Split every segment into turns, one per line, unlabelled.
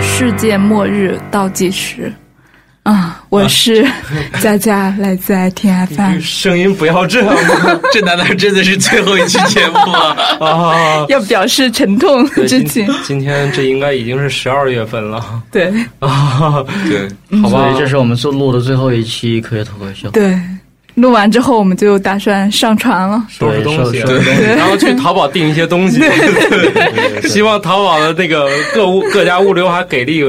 世界末日倒计时。啊，我是佳佳，来自 IT FM。
声音不要这样嘛
这难道真的是最后一期节目吗？
啊！
要表示沉痛
对
之
今
情，
今天这应该已经是十二月份了
对
啊！
对，
好吧
所以，这是我们做录的最后一期科学脱口秀。
对，录完之后我们就打算上传了。
收拾东
啊
西，啊
收拾
然后去淘宝订一些东西。 希望淘宝的那个各物各家物流还给力，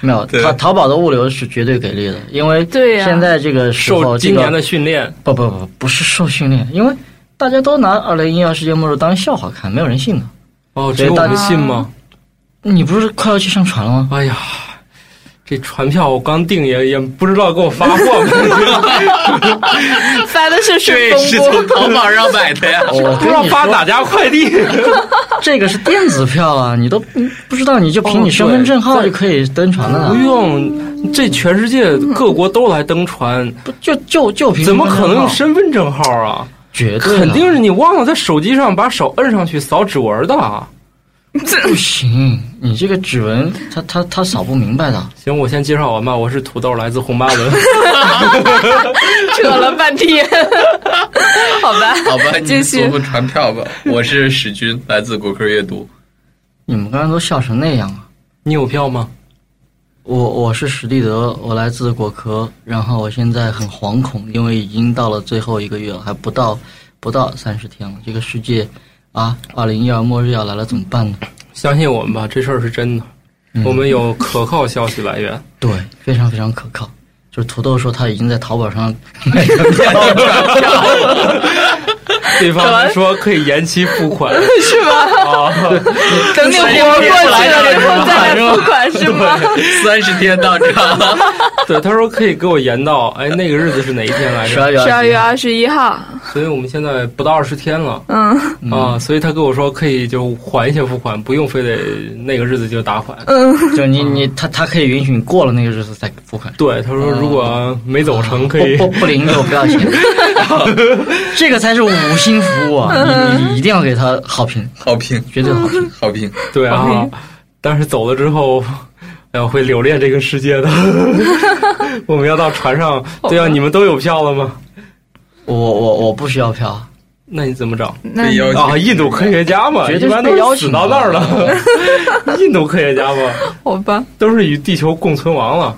没有，
对
淘淘宝的物流是绝对给力的，因为
对
啊
呀
现在这个
哦
时
受
候，
今
这个
年的训练。
不不不不是受训练，因为大家都拿二零一二世界末日当笑话看，没有人信的。
哦，只有我们信吗？
你不是快要去上船 了吗？
哎呀，这船票我刚订也也不知道给我发货 没，
发的是顺
对，是
丰
从淘宝上买的呀。
我
不知道
跟你
发
说，
哪家快递。
这个是电子票啊，你都嗯不知道，你就凭你身份证号就可以登
嗯
船了
不
呢。
用，这全世界各国都来登船，
不就就就
嗯
凭
怎么可能用
身份证号？
身份证号啊？
绝对的
肯定是你忘了在手机上把手摁上去扫指纹的啊。
不行，你这个指纹，他他他扫不明白的。
行，我先介绍完吧，我是土豆，来自红巴 伦。
扯了半 天，好吧，
好吧，你
继
们
续
做。份传票吧。我是史军，来自果壳阅读。
你们刚才都笑成那样了。
你有票吗？
我我是史蒂德，我来自果壳，然后我现在很惶恐，因为已经到了最后一个月了，还不到不到三十天了。这个世界啊，二零一二末日要来了，怎么办呢？
相信我们吧，这事儿是真的，
嗯
我们有可靠消息来源。
对非常非常可靠。就是土豆说他已经在淘宝上，
对方还说可以延期付款， 啊
是吧？等你活过去了以后再来付款是吗？
三十天到账，
对，他说可以给我延到，哎，那个日子是哪一天来
十
着？
二月
十
二
二
十
月二十一号，
所以我们现在不到二十天了
嗯
啊，所以他跟我说可以就缓一些付款，不用非得那个日子就打款。
就你你他他可以允许你过了那个日子再付款，
对，他说如果没走成可以
不不不灵就不要钱，这个才是五星服务啊！
嗯
你你你一定要给他好评，
好评，
绝对好 评。
好评。
对啊，但是走了之后，哎呀，会留恋这个世界的。我们要到船上，对啊，你们都有票了吗？
我我我不需要票，
那你怎么找
那
被邀请
啊？印度科学家嘛，
绝
一
对是
般都
被邀
死
请
到那儿了。印度科学家嘛，
好吧
都是与地球共存亡了。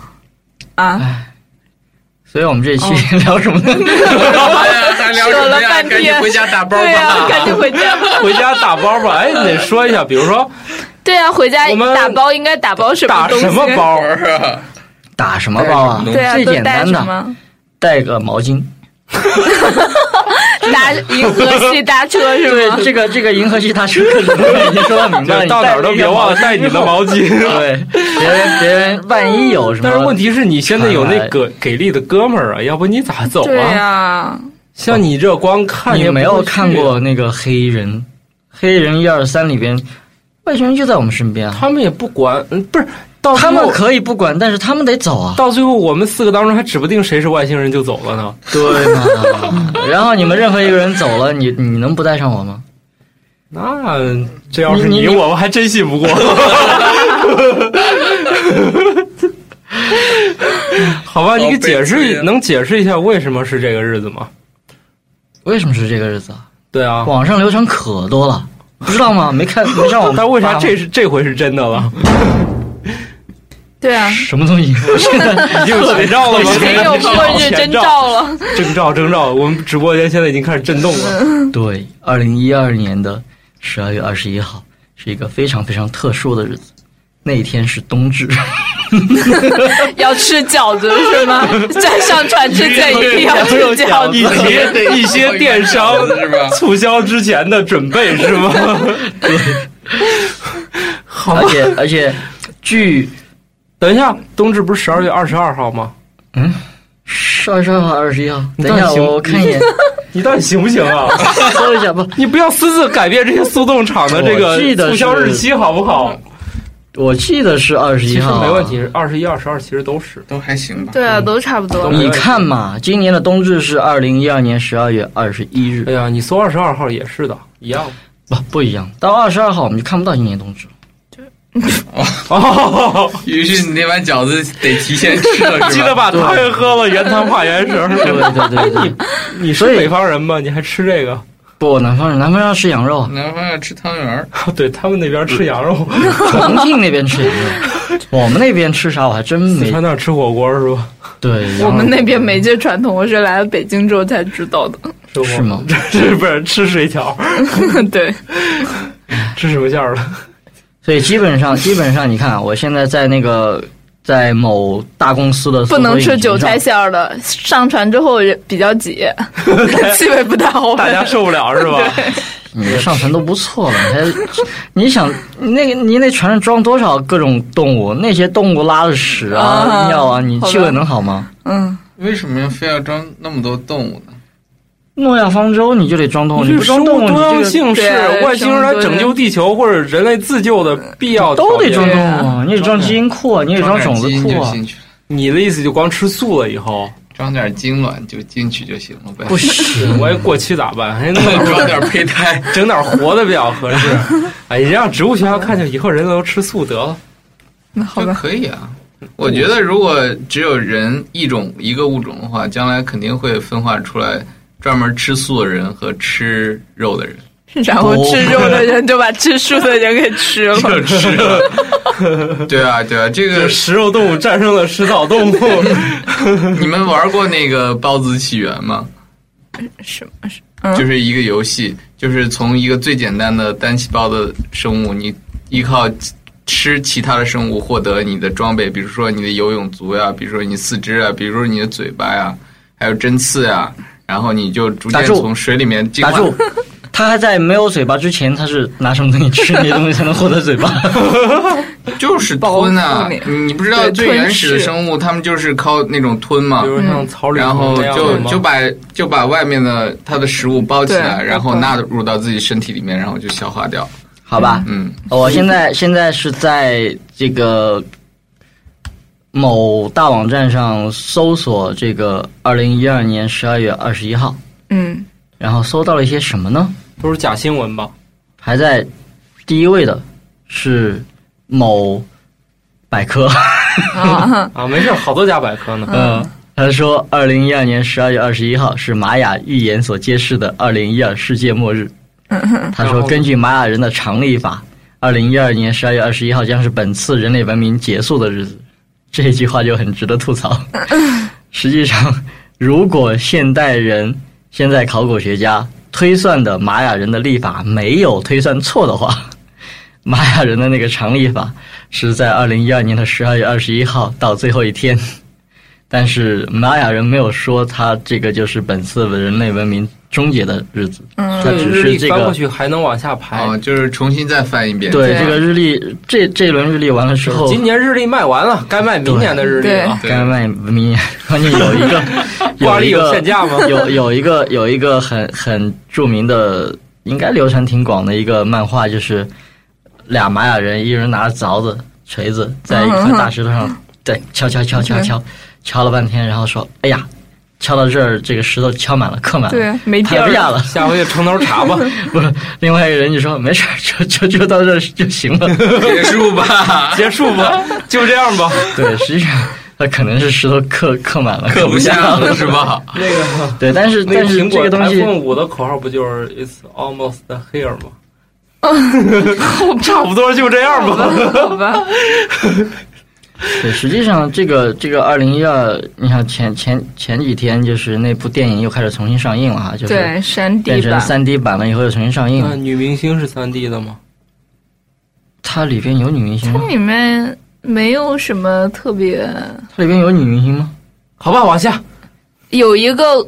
啊，
所以我们这一
哦
期 聊什么呢？
哎呀，咱聊什么呀？赶紧回家打包
对呀，
吧。
赶紧回家吧。
回家打包吧，哎，你得说一下，比如说
对呀，回家
我们
打包应该打包什么
打
东西？
什么包？
打什么包啊？
带什么
对啊，
最
都
简
带
单
什
的，
么？
带个毛巾。
搭银河系搭车是吗？
对，这个这个银河系大师可能已经说到明白
对
了，
到哪儿都别忘了带你的毛巾。
对，别人别人万一有什么，
但是问题是你现在有那个给力的哥们儿啊，要不你咋走
对
啊？
呀，
像你这光看
你
也不
没
会
有
去
看过那个黑人，黑人一二三里边，外星人就在我们身边啊。
他们也不管，嗯，不是到
他们
最后
可以不管，但是他们得 走啊。
到最后，我们四个当中还指不定谁是外星人就走了呢。
对嘛？啊然后你们任何一个人走了，你你能不带上我吗？
那这要是
你
你，
你
我们还真信不过。 好吧，你给解
哦被追
释
了
能解释一下为什么是这个日子吗？
为什么是这个日子啊？
对啊，
网上流传可多了，不知道吗？没看没上网。
但为啥 这是这回是真的了？
对啊，
什么东 西？现在
已经有前兆了吗？
没有末日征兆了。
征兆，征兆！我们直播间现在已经开始震动了。
对，二零一二年的十二月二十一号是一个非常非常特殊的日子，那一天是冬至。
要吃饺子是吗？在上船之前一定要吃饺
以
子。
及一些电商
是吧？
促销之前的准备是吗？好吧
而，且而且，据
等一下，冬至不是十二月二十二号吗？
十二十二号、二十一号，
你
等一
到
下
底行
我看 一眼，
你到底行不行啊？
搜一下吧。
你不要私自改变这些速冻厂的这
我记
个
得
促
是
销日期好不好？
我记得是二十
其
一
实
号，啊
没问题，。二嗯十一、啊二十二其实都是。
都还行吧。
对啊，都差不多
嗯
你看嘛，今年的冬至是二零一二年十二月二十一日
哎，呀，你搜二十二号也是的，一样。
不不一样。到二十二号我们就看不到今年冬至了，
哦，
于是你那碗饺子得提前吃了，
记
是
得
吧？
把汤圆喝了，原汤化原
对
食。
对对对，
你是北方人吗？你还吃这个？
不，南方人，南方人要吃羊肉啊，
南方要吃汤圆儿，
对他们那边吃羊肉，
重庆那边吃羊肉，我们那边吃啥我还真
四
没
川那儿吃火锅是吧？
对。羊肉
我们那边没这传统，我是来了北京之后才知道的。
是
是吗？
这 不是吃水饺，
对，
吃什么馅儿的？
所以基本 上，基本上你看啊，我现在在那个在某大公司的
不能
搜索
吃
引擎
韭菜
上
馅儿的，上船之后人比较 挤，气味不太好
大家
闻。
受不了是 吧？
你的嗯上传都不错 了，你还你想那个你那船上装多少各种动物？那些动物拉的屎啊、
啊
尿啊，你
好吧
气味能好吗？
嗯，
为什么要非要装那么多动物呢？
诺亚方舟你就得装动
哦
物，你不装动物，
多
你
样
这个
性
对啊
是外星人来拯救地球或者人类自救的必要条
都得
件。
装
对
动
啊
物啊，你得装基因库啊，你得装种子
点基因
库
就
啊。
进去了，
你的意思就光吃素了以 后，
装点精卵就进去就行了呗。
不 行，
我也过期咋办？还
装点胚胎，
整点活的比较合适。哎，你让植物学家看见以后，人类都吃素得了。
那好
这
吧，
可以啊。我觉得如果只有人一种一个物种的话，将来肯定会分化出来专门吃素的人和吃 肉的人。
然后
哦
吃肉的人就把吃素的人给吃 了。
就吃了。对啊，对啊，这个
食肉动物战胜了食草动物，
你们玩过那个《包子起源》吗？
什么？嗯
就是一个游戏，就是从一个最简单的单细胞的生物，你依靠吃其他的生物获得你的装备，比如说你的游泳足呀、比如说你四肢啊，比如说你的嘴巴呀、还有针刺呀、然后你就逐
打
渐
住
从水里面进
打
化。
住。他还在没有嘴巴之前，他是拿什么东西 吃那些东西才能获得嘴巴？
就是吞啊
包覆！
你不知道
对
最
吞
原始的
噬
生物，他们就是靠那种吞嘛，
比如像草履
然后
虫那样
就
的吗
就把就把外面的它的食物包起来，
对
然后
包
纳入到自己身体里面，然后就消化掉。
好吧，
嗯，
我哦现在现在是在这个某大网站上搜索这个二零一二年十二月二十一号，
嗯，
然后搜到了一些什么呢？
都是假新闻吧？
排在第一位的是某百科，
啊，
啊，没事，好多假百科呢。
嗯， 他说二零一二年十二月二十一号是玛雅预言所揭示的二零一二世界末日。他
然
说
后，呢
根据玛雅人的常历法，二零一二年十二月二十一号将是本次人类文明结束的日子。这句话就很值得吐槽。实际上，如果现代人、现在考古学家推算的玛雅人的历法没有推算错的话， 玛雅人的那个常历法是在二零一二年的十二月二十一号到最后一天。但是玛雅人没有说他这个就是本次人类文明终结的日子，
嗯
他只是这
日历翻过
个
去还能往下排
哦，。就是重新再翻一遍。
对
对
这个日历，这这轮日历完了之后，
今年日历卖完了，该卖明年的日历了。
对
该卖明年，关键有一个
挂历
一
有
个
限价吗？
有有一个有一个很很著名的，应该流传挺广的一个漫画，就是俩玛雅人，一人拿着凿子、锤子，在一块大石头
嗯
上对敲敲敲敲敲，敲了半天，然后说：“哎呀，敲到这儿，这个石头敲满了，刻满了，
对，没地
拍不
儿
下了。”
下回就城头查吧。
不是，另外一个人就说：“没事儿，就就就到这儿就行了。”
结束 吧，
结束吧，就这 样吧。
对，实际上它可能是石头刻刻满了，
刻不下
了。
了是吧？
那个
对，但是
那
但是
苹
这
果
个东西，
iPhone 五的口号不就是 "It's almost here" 吗？差不多就这样吧。
好吧？
对，实际上这个这个二零一二，你看前前前几天就是那部电影又开始重新上映了哈，就是
对，山
变
地
成
吧，
三 D 版了以后又重新上映
那
了。
女明星是三 D 的吗？
它里边有女明星
它
吗？
里面没有什么特别，
它里边有女明星吗？
好吧，往下。
有一个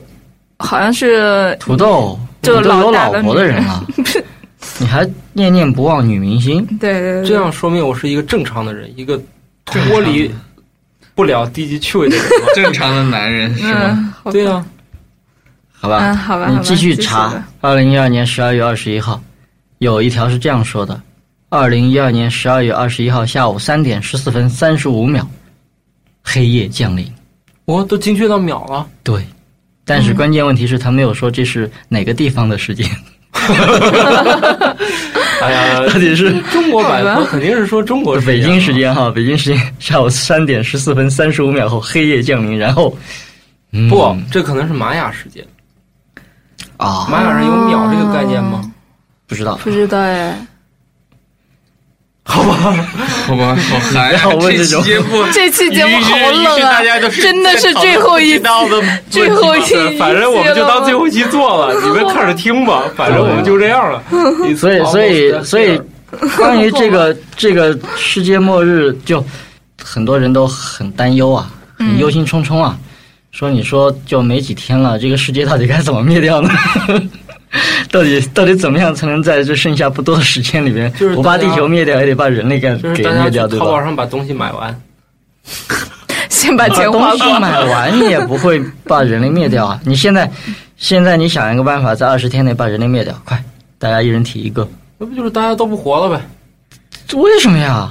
好像是
土豆，
就
土豆有
老大
老
的
婆
女
的人了， 你还念念不忘女明星？
对对对，
这样说明我是一个正常的人，一个脱离不了低级趣味的人吧。
正常的男人是吗？
嗯， 好吧
对呀、啊，
好吧，
嗯好吧
你
好吧
继续
继续
查
吧。
二零一二年十二月二十一号，有一条是这样说的：二零一二年十二月二十一号下午三点十四分三十五秒，黑夜降临。
我都精确到秒了。
对，但
嗯
是关键问题是，他没有说这是哪个地方的时间。
哎呀，
到底是
中国版头肯定是说中国
北京时
时间
间哈，北京时间下午三点十四分三十五秒后黑夜降临，然后、嗯
啊，不，这可能是玛雅时间。
啊，
玛雅人有秒这个概念吗？
不知道。
不知道哎，
好吧，好寒呀
不要！问
这
这种
期节目，
嗯 这期节目好
于是于
冷
是
啊
大家都，是
真的是最后 一
在讨论不知道
最
的
后一期，
呃反正我们就当最后一期做了，你们看着听吧。反正我们就这样了。
所以，所 以，所以，关于这个 这个世界末日，就很多人都很担忧啊，很忧心忡忡啊，说你说就没几天了，这个世界到底该怎么灭掉呢？ 到底到底怎么样才能在这剩下不多的时间里面，
就是
不
大
把
家
地球灭掉，也得把人类给
就是
给
大
灭
家
掉，
去
对
淘宝
吧？
上把东西买完，
先把
把
钱花
东西
光。
买完，你也不会把人类灭 掉啊！你现在现在你想一个办法，在二十天内把人类灭掉，快，大家一人提一个，
那不就是大家都不活了呗？
这为什么呀？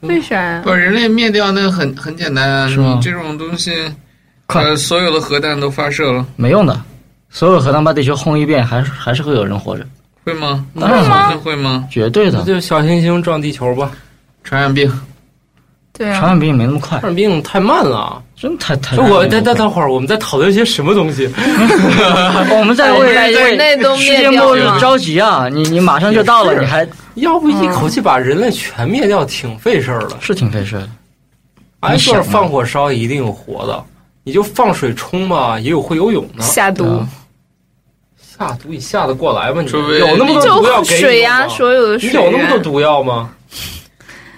为啥呀？
把人类灭掉，那很很简单啊！
是吗
你这种东西，
快
呃，所有的核弹都发射了，
没用的。所有核弹把地球轰一遍，还是还是会有人活着，
会吗？
当然了，
那会吗？
绝对
那
的。
就小行星撞地球吧。
传染病，
对
传
啊，
染病没那么快
传，染病太慢了。啊
真太太。
就我
太
等等等会儿，我们在讨论些什么东西？
我们在为
人
为
类都
世
灭
界
掉
末日
了，
着急啊！你你马上就到
也
了，
是
你还
要不一口气把人类全灭掉，挺费事儿的。
是挺费事的。
挨
你
个
想
儿
啊
放火烧一定有活的，你就放水冲吧，也有会游泳的。
下毒
啊
下毒你下得过来吗？你
除非
有那么多毒药
就
给你
水呀，
吗
所有的
你
水
有那么多
源，
毒药吗？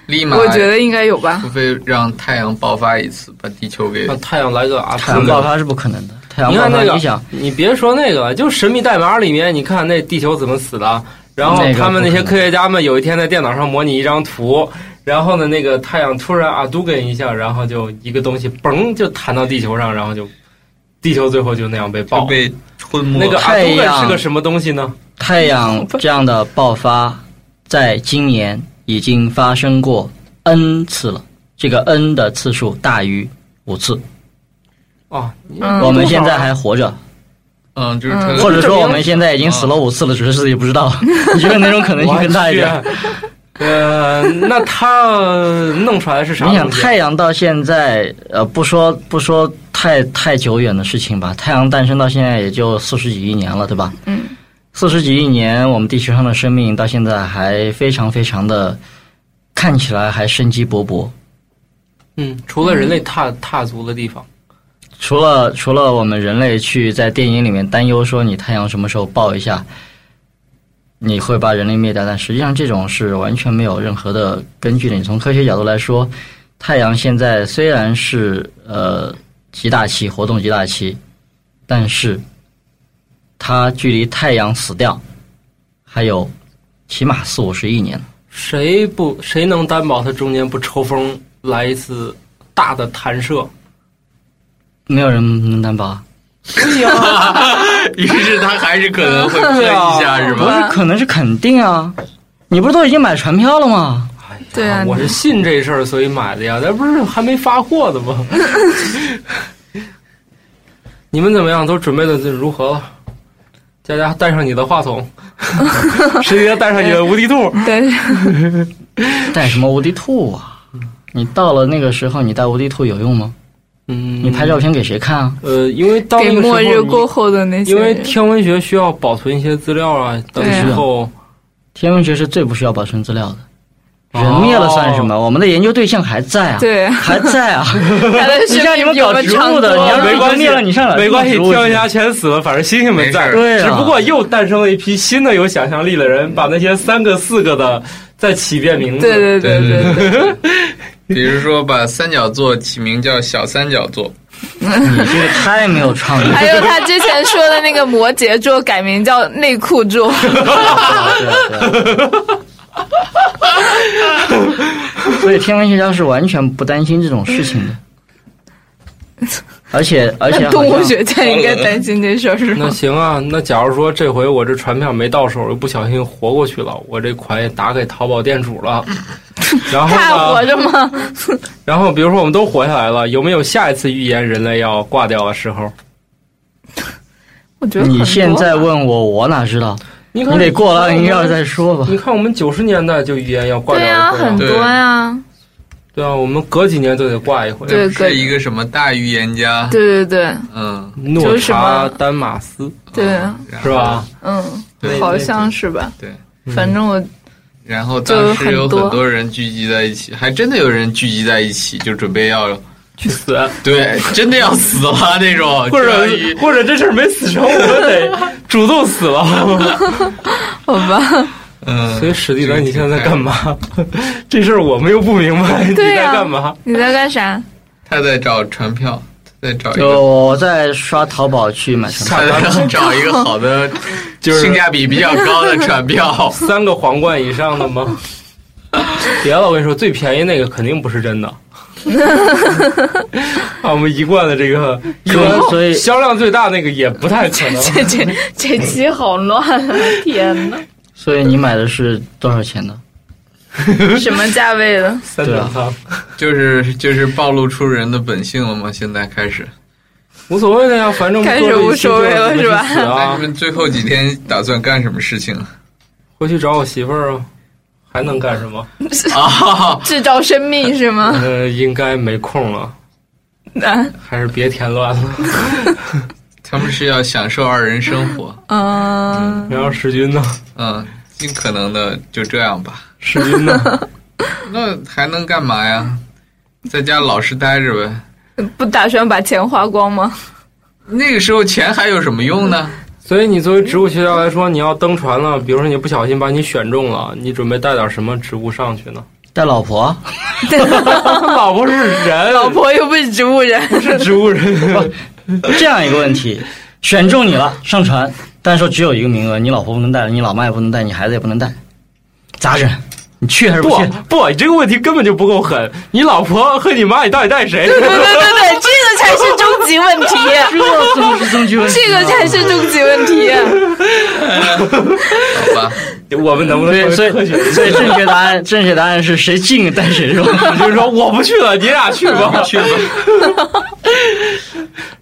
立马，
我觉得应该有吧
啊
除。非让太阳爆发一次，把地球给
让啊太阳来个阿
太阳爆发是不可能的。太阳
你
爆
看
发，
那个，
你想，
你别说那个，就《神秘代码》里面，你看那地球怎么死的，然后
那个
他们那些
不可能
科学家们有一天在电脑上模拟一张图，然后呢，那个太阳突然啊嘟跟一下，然后就一个东西嘣就弹到地球上，然后就地球最后就那样被
就
爆。
被吞没。啊
那个阿
太
都根
阳
是个什么东西呢？
太阳这样的爆发，在今年已经发生过 n 次了，这个 n 的次数大于五次。
哦，你
嗯
我们现在还活着，
嗯，就是
嗯
特
或者说我们现在已经死了五次了，只是自己不知 道。你觉得哪种可能性更大一点？
我去。啊呃，那他呃弄出来是啥
你想
东西？啊
太阳到现在，呃，不说不说太太久远的事情吧，太阳诞生到现在也就四十几亿年了，对吧？
嗯，
四十几亿年，我们地球上的生命到现在还非常非常的，看起来还生机勃勃。
嗯，除了人类踏踏足的地方，
除了除了我们人类去在电影里面担忧说你太阳什么时候爆一下，你会把人类灭掉，但实际上这种是完全没有任何的根据的。你从科学角度来说，太阳现在虽然是呃极大期活动极大期，但是它距离太阳死掉还有起码四五十亿年。
谁不谁能担保它中间不抽风来一次大的弹射？
没有人能担保啊，
对 呀，
于是他还是可能会喷一下，是
不
吧？
是可能是肯定啊！你不是都已经买船票了吗？
哎呀
对啊
我是信这事儿所以买的呀，那不是还没发货的吗？ 你们怎么样？都准备的如何了？佳佳，带上你的 话筒，谁杰带上你的无敌兔。
对，
带什么无敌兔啊？你到了那个时候，你带无敌兔有用吗？
嗯，
你拍照片给谁看啊？
呃，因为到
给
那个时候
末日
你
过后的那些
因
人，
为天文学需要保存一些资料啊，到
对啊
时候
天文学是最不需要保存资料的，人灭了算什么？我们的研究对象还在啊，
对
还 在啊。
他的
你像你们搞植物的，你要
没
是
关系
灭了，你上哪
没关系，
种植物
天文
去
家全死了，反正星星们在。
没事儿
对 啊
只不过又诞生了一批新的有想象力的人，把那些三个四个的再起遍名字。
对对对对对对，
比如说把三角座起名叫小三角座，
你这个太没有创意了。
还有他之前说的那个摩羯座改名叫内裤座，
对啊对啊所以天文学家是完全不担心这种事情的，而且而且
那动
好
物
像
学家应该担心这事儿是
那
吗？
行啊，那假如说这回我这船票没到手，又不小心活过去了，我这款也打给淘宝店主 了。然后
他还活？
呢
着吗？
然后比如说我们都活下来了，有没有下一次预言人类要挂掉的时候？
我觉得很
你
多
现在问我，我哪知道？
你看
你得过了二零一二再说吧。
你看我们九十年代就预言要挂
对
掉
呀、
一回
很
啊，
多呀，
对啊，我们隔几年就得挂一回。
对各
是一个什么大预言家，
对对对
嗯，
诺查丹马斯
对，
然后
是吧？？
嗯，
对
好像是吧？
对，
嗯
反正我
然后
就有
当时有
很多
很多人聚集在一起，还真的有人聚集在一起，就准备要
去死，啊
对，真的要死了那种，
或者
就要一
或者这事儿没死成，我们 得主动死了。
好吧，
嗯，
所以史蒂德，你现在在干
嘛？
嘛？ 这事儿我们又不明白，你
对啊
在
呀
干嘛？
你在干啥？
他在找船票，他在找啊一
就
个，
我在刷淘宝去买船票，
他在找一个好的，
就是
性价比比较高的船票。
三个皇冠以上的吗？ 别了，我跟你说，最便宜那个肯定不是真 的。啊，我们一贯的这 个，
所以所以
销量最大那个也不太 可能。
这这这期好乱啊！天哪，
所以你买的是多少钱的？
什么价位的？
三等舱
就是就是暴露出人的本性了吗？现在开始，
无所谓的呀，反正我们做这一期就
开始无所谓了是吧
死
那
啊
你，们最后几天打算干什么事情
回去找我媳妇儿啊，还能干 什么？
啊？
制造生命是吗？
呃，应该没空了，
啊，
还是别添乱了。
他们是要享受二人生活，
嗯，
然后史军呢？
嗯，尽可能的就这样吧。
史军呢？
那还能干嘛呀？在家老实待着呗。
嗯不打算把钱花光吗？
那个时候钱还有什么用呢？
所以你作为植物学家来说，你要登船了，比如说你不小心把你选中了，你准备带点什么植物上去呢？
带老婆？啊
老婆是人，
老婆又不是植物人，
不是植物人。
这样一个问题，选中你了，上船，但是说只有一个名额，你老婆不能带，你老妈也不能带，你孩子也不能带，咋整？你去还是
不
去？
不，你这个问题根本就不够狠。你老婆和你妈，你到底带谁？
对对对对，这个才是终极问题，
哎 这么是证据问题
这个才是终极问题。
好 吧，
我们能不能
对，所
稍微科
以
学一点
所以正确答案， 正确答案是谁进带谁是吧？
就是说我不去了，你俩去吧， 去吧。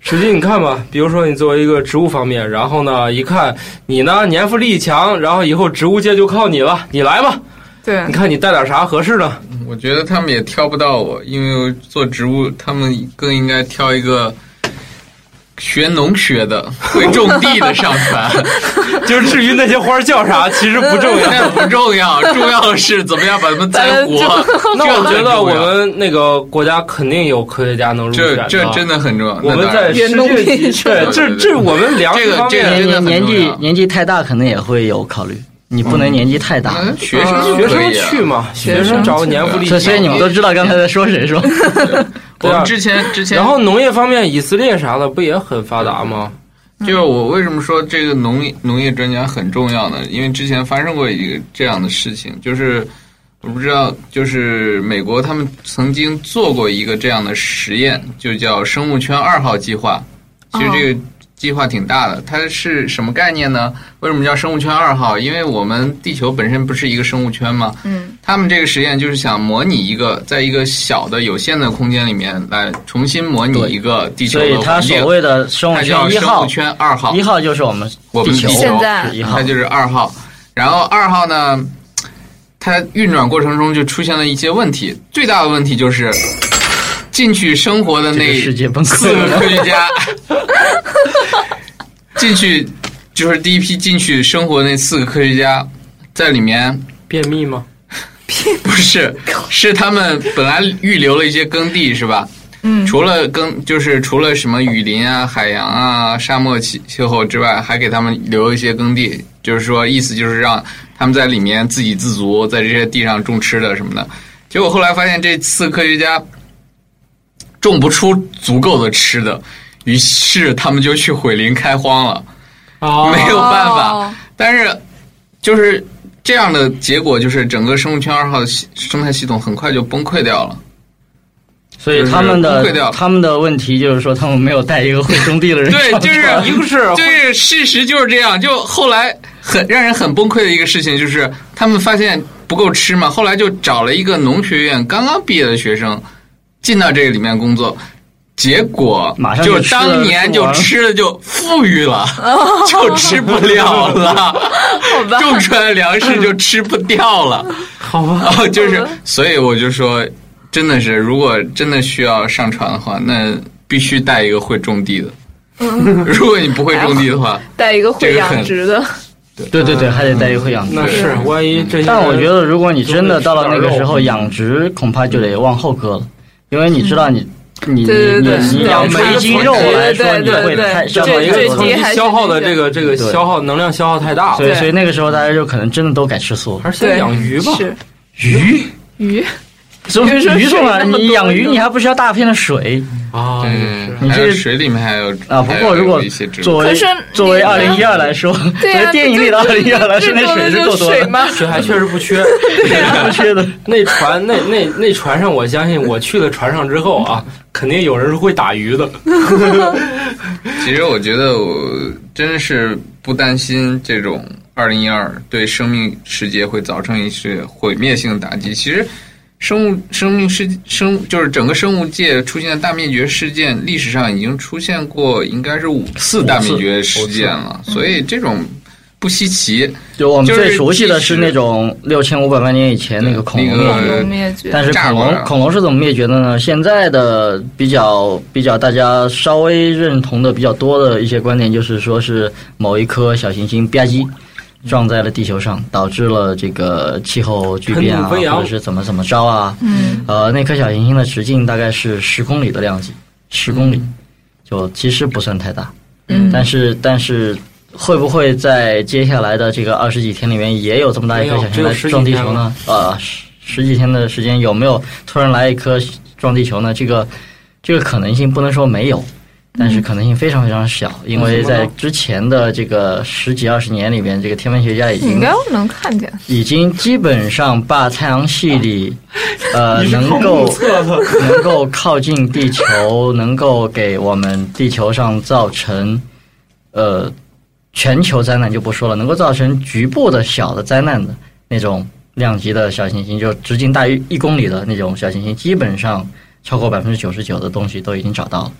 实际你看吧，比如说你作为一个植物方面，然后呢，一看你呢年富力强，然后以后植物界就靠你了，你来吧。
对
你看你带点啥合适的？
我觉得他们也挑不到我，因为我做植物，他们更应该挑一个学农学的、会种地的上 船。
就是至于那些花叫啥，其实不重要。
那 不重要，重要的是怎么样把他们栽活。
那我觉
这很重
得
要
我们那个国家肯定有科学家能入选
这
的。
这真的很重要。
啊我们在世
原动
界级，
力
对，这这我们粮食方
这个
面
这个
年年
真的很重
纪
要
年纪太大，可能也会有考虑，你不能年纪太大。
嗯学生
学生去嘛，学生找个年富力
所
强
以，。所以你们都知道刚才在说谁是吧？
我
对啊
们之前之前，
然后农业方面，以色列啥的不也很发达吗？
就是我为什么说这个农业农业专家很重要呢？因为之前发生过一个这样的事情，就是我不知道，就是美国他们曾经做过一个这样的实验，就叫生物圈二号计划。其
哦
实这个计划挺大的，它是什么概念呢？为什么叫生物圈二号？因为我们地球本身不是一个生物圈吗？
嗯，
他们这个实验就是想模拟一个，在一个小的有限的空间里面来重新模拟
对
一个地球
所
的
以他
环境
所谓的生物
它叫
圈一
生
号
物，圈二号，
一号就是我们
我们
地球
地球
现在
是一号
它，就是二号。然后二号呢，它运转过程中就出现了一些问题，最大的问题就是进去生活的
这
那
个世界崩溃
四个
了
科。学家进去，就是第一批进去生活那四个科学家在里面。
便秘吗？
不是，是他们本来预留了一些耕地，是吧？嗯，除了耕，就是除了什么雨林啊、海洋啊、沙漠气气候之外，还给他们留一些耕地，就是说，意思就是让他们在里面自给自足，在这些地上种吃的什么的。结果后来发现，这次科学家种不出足够的吃的，于是他们就去毁林开荒了。
啊
没有办法
哦
但是就是这样的结果，就是整个生物圈二号的系生态系统很快就崩溃掉了。
所以他们
就是崩溃掉
的
了
他们的问题就是说，他们没有带一个会种地的人。
对，就是
一个是
对，事实就是这样。就后来很让人很崩溃的一个事情，就是他们发现不够吃嘛，后来就找了一个农学院刚刚毕业的学生进到这个里面工作。结果
马上就
就
吃了
当年就吃 了就富裕了，就吃不了了，
好吧，
种出来的粮食就吃不掉了。
好吧，
然后 就是，所以我就说，真的是，如果真的需要上船的话，那必须带一个会种地的。 如果你不会种地的 话，
带一个会养殖的，
对对对，还得带一会养殖。
那是万一真，
但我觉得，如果你真的到了那个时候，养殖恐怕就得往后搁了，因为你知道你。你
对对
你
对
你你
对
养
对
每一斤肉来说，
对对
你
对
会
对
太
对
消耗
这
一
这
个
这
ton
题
你消耗的这个这个消耗能量消耗太大
所
了，
以
对
所以那个时候大家就可能真的都改吃素了。
还是先养鱼吧。
是
鱼，
鱼，
所以
比如说
鱼重要，
水那么
你
多
养鱼
你
你还不需要大片的水
啊，也
嗯
是，
你
还
这
有
个
水里面还有
啊。不
还
过
有
如果
一些植
作
物，
为
可是你
作为二零一二来说，作
对
为
啊，
电影里的二零一二来说，那水是够多
水
的，
吗？
水还确实不 缺。
不缺 的。
那船那那那船上，我相信我去了船上之后啊，肯定有人是会打 鱼的。
其实我觉得我真的是不担心这种二零一二对生命世界会造成一些毁灭性的打击。其实，生物生命世生就是整个生物界出现的大灭绝事件，历史上已经出现过应该是五次大灭绝事件了，
嗯
所以这种不稀奇。
就我们
就是
最熟悉的是
即使
那种六千五百万年以前那个恐龙
那
灭
个
绝
恐龙灭绝，
嗯但是
炸
恐
过来
龙
了
恐龙是怎么灭绝的呢？现在的比较比较大家稍微认同的比较多的一些观点，就是说是某一颗小行星吧唧撞在了地球上，导致了这个气候巨变啊，
喷怒飞扬
或者是怎么怎么着啊。
嗯，
呃，那颗小行星的直径大概是十公里的量级，十公里，
嗯
就其实不算太大。
嗯
但是但是会不会在接下来的这个二十几天里面也有这么大一颗小
没有只有
行星来
十几
撞地
天
球呢？呃，十十几天的时间有没有突然来一颗撞地球呢？这个这个可能性不能说没有。但是可能性非常非常小，因为
为什嗯么
在
呢
之前的这个十几二十年里面，这个天文学家已
你
经
应该能看见，
已经基本上把太阳系里，呃，能够能够靠近地球，能够给我们地球上造成，呃，全球灾难就不说了，能够造成局部的小的灾难的那种量级的小行星，就直径大于一公里的那种小行星，基本上超过百分之九十九的东西都已经找到了，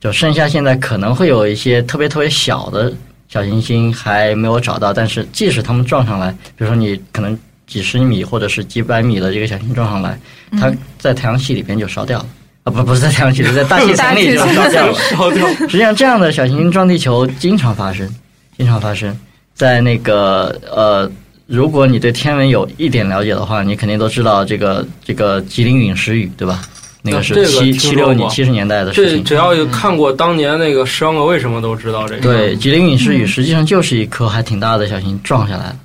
就剩下现在可能会有一些特别特别小的小行星还没有找到，但是即使它们撞上来，比如说你可能几十米或者是几百米的这个小行星撞上来，它在太阳系里边就烧掉了。啊，不，不是在太阳系里，在 大气层里就烧掉了。
烧掉。
实际上，这样的小行星撞地球经常发生，经常发生。在那个呃，如果你对天文有一点了解的话，你肯定都知道这个这个吉林陨石雨，对吧？那个
啊这
是
个
七
听
七
说
六年
过
七十年代的事
这
情。
只要有看过当年那个《十万个为什么》都知道这个。
对，，吉林陨石雨实际上就是一颗还挺大的小行星撞下来了，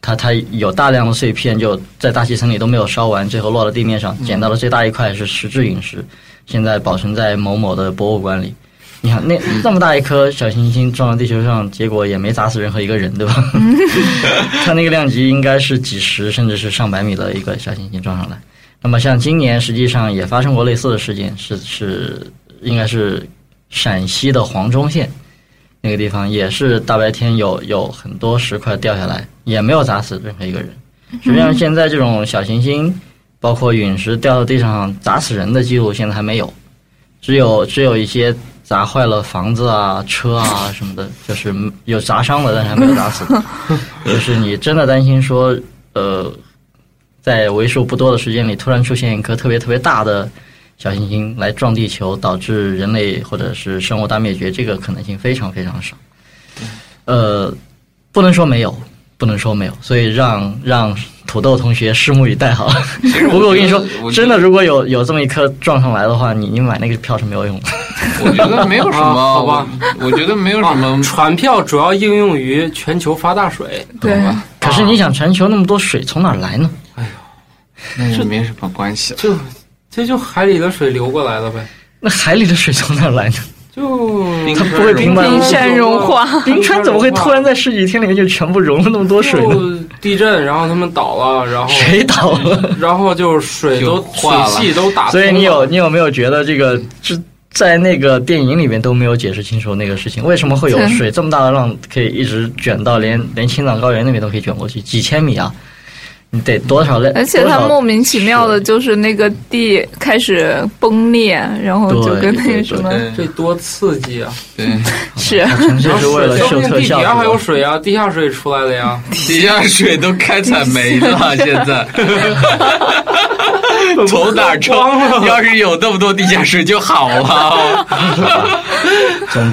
它它有大量的碎片，就在大气层里都没有烧完，最后落到地面上，捡到了最大一块是实质陨石，现在保存在某某的博物馆里。你看，那那么大一颗小行星撞到地球上，结果也没砸死任何一个人，对吧？它那个量级应该是几十甚至是上百米的一个小行星撞上来。那么像今年实际上也发生过类似的事件，是是应该是陕西的黄忠县那个地方，也是大白天有有很多石块掉下来，也没有砸死任何一个人。实际上现在这种小行星，包括陨石掉到地上砸死人的记录现在还没有，只有只有一些。砸坏了房子啊、车啊什么的，就是有砸伤了，但是还没有砸死。就是你真的担心说，呃，在为数不多的时间里，突然出现一颗特别特别大的小行星来撞地球，导致人类或者是生物大灭绝，这个可能性非常非常少。呃，不能说没有，不能说没有，所以让让土豆同学拭目以待好了。不过我跟你说，
我
真的，如果有有这么一颗撞上来的话，你你买那个票是没有用的。
我觉得没有什么，
啊好吧
我，我觉得没有什么
啊，船票主要应用于全球发大水。
对，
可是你想，全球那么多水从哪儿来呢？
那也没什么关系。
就这就海里的水流过来了呗，
那海里的水从哪儿来呢？
就
它不会冰
冰
冰
山融化，
冰川怎么会突然在十几天里面就全部融了那么多水呢？
就地震，然后他们倒了，然后
谁倒了？
然后就是水都
就
水
化了
系都打通
所以你有
了
你有没有觉得这个这在那个电影里面都没有解释清楚那个事情？为什么会有
对
水这么大的浪可以一直卷到连连青藏高原那边都可以卷过去，几千米啊？你得多少类，
而且
多
它
少
莫名其妙的，
水
就是那个地开始崩裂，然后就
对
跟那
对
个什么
对
这多刺激啊！
对，
是
纯粹是为了
说
秀
不定
特
地底
效。
下还有水啊，地下水出来的呀。
地下水都开采没了，现在从哪儿抽？要是有那么多地下水就好了。
总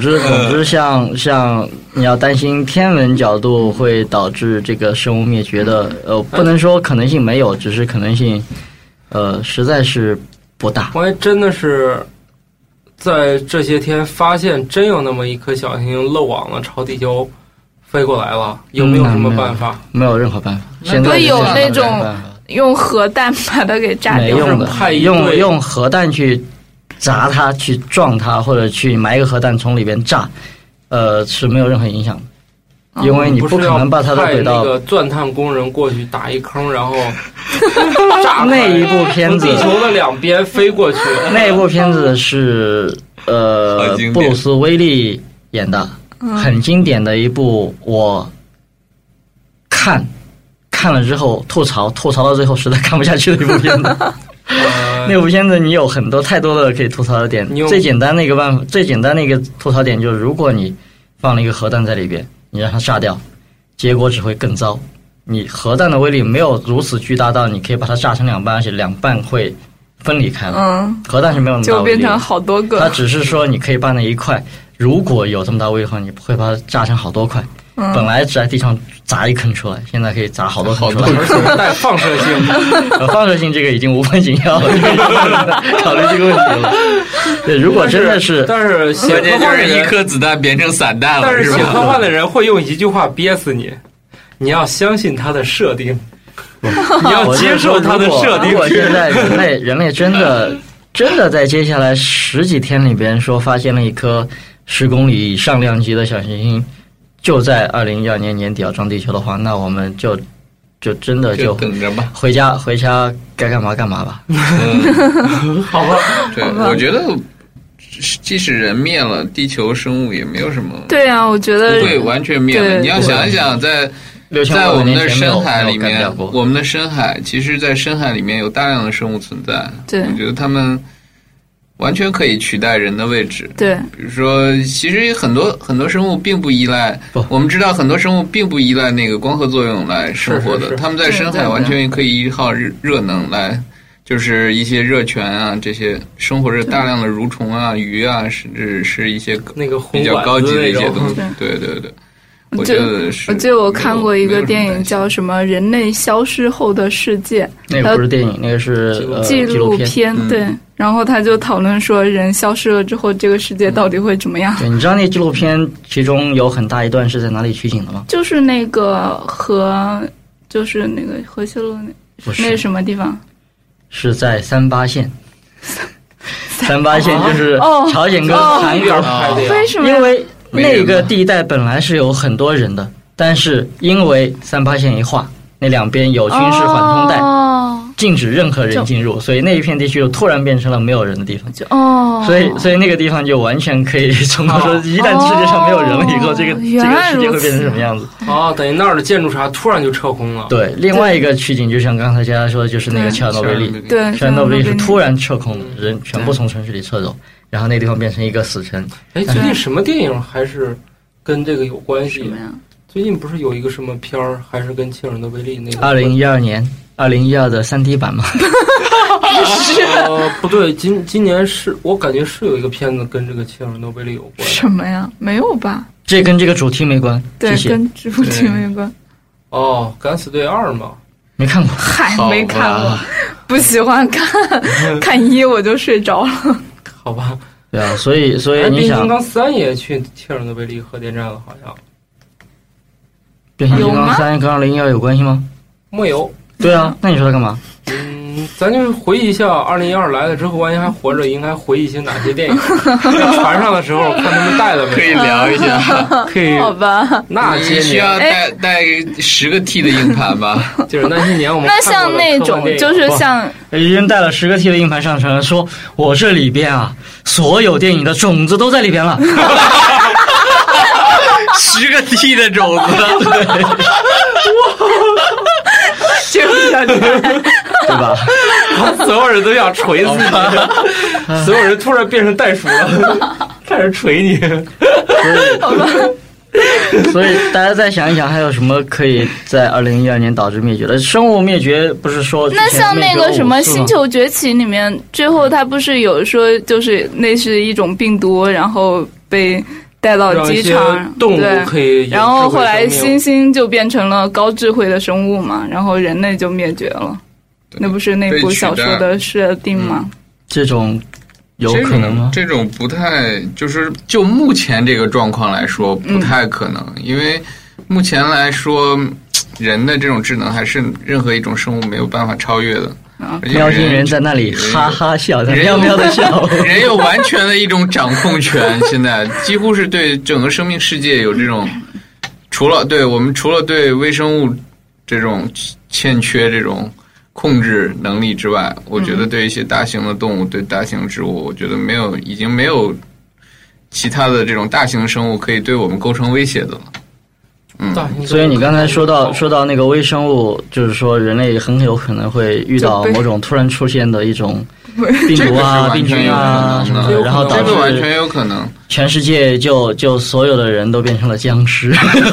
之，总之像，像你要担心天文角度会导致这个生物灭绝的，
嗯
呃，不能说可能性没有，只是可能性，呃，实在是不大。
我还真的是在这些天发现，真有那么一颗小行星漏网了，朝地球飞过来了，有没有什么办法？
没有任何办法。
嗯
现
不
在
会有
是
那
没有
种
办法
用核弹把它给炸
没
掉。
用
就是派
的，
一
用
队
用核弹去砸它、去撞它，或者去埋一个核弹从里边炸，呃，是没有任何影响的，因为你
嗯不
可
是要
能把它的
派
轨
那
道。
个钻探工人过去打一坑，然后炸开
那一部片子
从地球的两边飞过去。
那一部片子是呃
很经典
布鲁斯威利演的，很经典的一部。我看看了之后吐槽，吐槽到最后实在看不下去的一部片子。
呃
那部片子你有很多太多的可以吐槽的点
你有，
最简单的一个办法，最简单的一个吐槽点就是，如果你放了一个核弹在里边，你让它炸掉，结果只会更糟。你核弹的威力没有如此巨大到你可以把它炸成两半，而且两半会分离开了。
嗯，
核弹是没有那么大
就
威
变
力的
成，好多
它
个。
只是说你可以把那一块，如果有这么大威力的话，你会把它炸成好多块。
嗯
本来只在地上砸一坑出来，现在可以砸好多坑出来。
而且带放射性，
呃， 放射性这个已经无关紧要了， 考虑这个问题了。对，如果真的是，
但是写
关
科
键就
幻的
是一
人，
颗子弹变成散弹
但
了，
是写科
吧？
幻的人会用一句话憋死你，你要相信他的设 定。
你
要接受它的设定
如果现在人类人类真 的真的在接下来十几天里边说发现了一颗十公里以上量级的小行星，就在二零一二年年底要撞地球的话，那我们就就真的
就
就
等着吧。
回家回家该干嘛干嘛吧。
嗯，好吧。对，我觉得即使人灭了，地球生物也没有什么。
对啊，我觉得
不会完全灭
对
了。你要
对
想一想，在
六千
在
五
我
百
们
年
的
前没有
深海
没
里
有干掉
面，
过。
我们的深海，其实，在深海里面有大量的生物存在。
对
我觉得它们完全可以取代人的位置。
对，
比如说，其实很多很多生物并不依赖
不，
我们知道很多生物并不依赖那个光合作用来生活
是是是
的，它们在深
对对
海
对
完全可以依靠热热能来，就是一些热泉啊，这些生活着大量的蠕虫啊、鱼啊，甚至是一些
那个红
比较
管
高级
子
的
那
一些
种
东 西
对。
对对对，
我
我
就
觉得是。
我记得我看过一个电影
《
叫什么《人类消失后的世界
那个不是电影，那个是呃
纪
录
呃录片》，
嗯
对。然后他就讨论说，人消失了之后，这个世界到底会怎么样？
对，你知道那纪录片其中有很大一段是在哪里取景的吗？
就是那个和，就是那个河西路那
不
那是
是，
什么地方？
是在三八线。三八线就是
哦
朝鲜跟
哦
韩国，
拍的呀，
为什么呀？
因为
没人
那个
嘛
地带本来是有很多人的，但是因为三八线一划，那两边有军事缓冲带，
哦，
禁止任何人
就
进入，所以那一片地区就突然变成了没有人的地方。
就哦，
所以，所以那个地方就完全可以 从头说，一旦世界上没有人了以后，
哦
这个这
原
个
来
世界会
如此
变成什么样子？
哦，等于那儿的建筑啥突然就撤空了。
对，另外一个取景，就像刚才佳佳说的，就是那个
对
切尔诺贝利，
对，
切尔诺贝利是突
然
然撤空的，人全部从城市里撤走，然后那地方变成一个死城。
哎，最近什么电影还是跟这个有关
什
系
么？呀？
最近不是有一个什么片儿，还是跟切尔诺贝利那个？
二零一二年，二零一二的三 D 版嘛，
呃，不对，今今年是我感觉是有一个片子跟这个切尔诺贝利有关。
什么呀？没有吧？
这跟这个主题没关，
对
谢，谢。
跟植物题没关。
哦，《敢死队二》嘛，
没看过，
嗨，
好吧
没看 过，不喜欢看，看一我就睡着了。
好吧。
对啊，所以所
哎，《
以
变
你
形金
想，
刚三》也去切尔诺贝利核电站了，好像
变形金
有
刚
吗
三跟二零一二有关系吗？
没有。
对啊，那你说它干嘛？
嗯，咱就是回忆一下，二零一二来了之后，万一还活着，应该回忆一些哪 些电影？在船上的时候看他们带了
可以
没有？
聊一 下，
可以，
好吧，
那些
你需
年
要带带十个 T 的硬盘吧？
就是那些年我们
那
看
像
过的
那
科幻
种
电影
就是像
已经哎带了十个 T 的硬盘上传，说我这里边啊，所有电影的种子都在里边 了。
十个 T 的种子，
这个小弟，
对吧？
所有人都想锤死你， 所有人突然变成袋鼠 了，开始锤你。
所以大家再想一想，还有什么可以在二零一二年导致灭绝的？生物灭绝不是说
那
之前
像那
灭绝
个
了
什么
无
《
数吗
星球崛起》里面，最后他不是有说，就是那是一种病毒，然后被带到
让一
机
些
场，
动
对
物可以有智慧生命，
然后后来猩猩就变成了高智慧的生物嘛，然后人类就灭绝了。那不是那部小说的设定吗？
这种 有
这
可
种
能吗？
这种不太，就是就目前这个状况来说，不太可能，因为目前来说，人的这种智能还是任何一种生物没有办法超越的。而且
喵星人在那里
人
哈哈笑，在
人
喵喵的 笑。
人有完全的一种掌控权，现在几乎是对整个生命世界有这种，除了对我们除了对微生物这种欠缺这种控制能力之外，我觉得对一些大型的动物、对大型植物，我觉得没有已经没有其他的这种大型生物可以对我们构成威胁的了。嗯，
对
所以你刚才说到说到那个微生物，就是说人类很有可能会遇到
就被
某种突然出现的一种病
这个
毒
是
啊、
完
病
全
菌
有可
啊什
能
么
的，
的，然后导
这个完
致
全有可能。
全世界就就所有的人都变成了僵尸，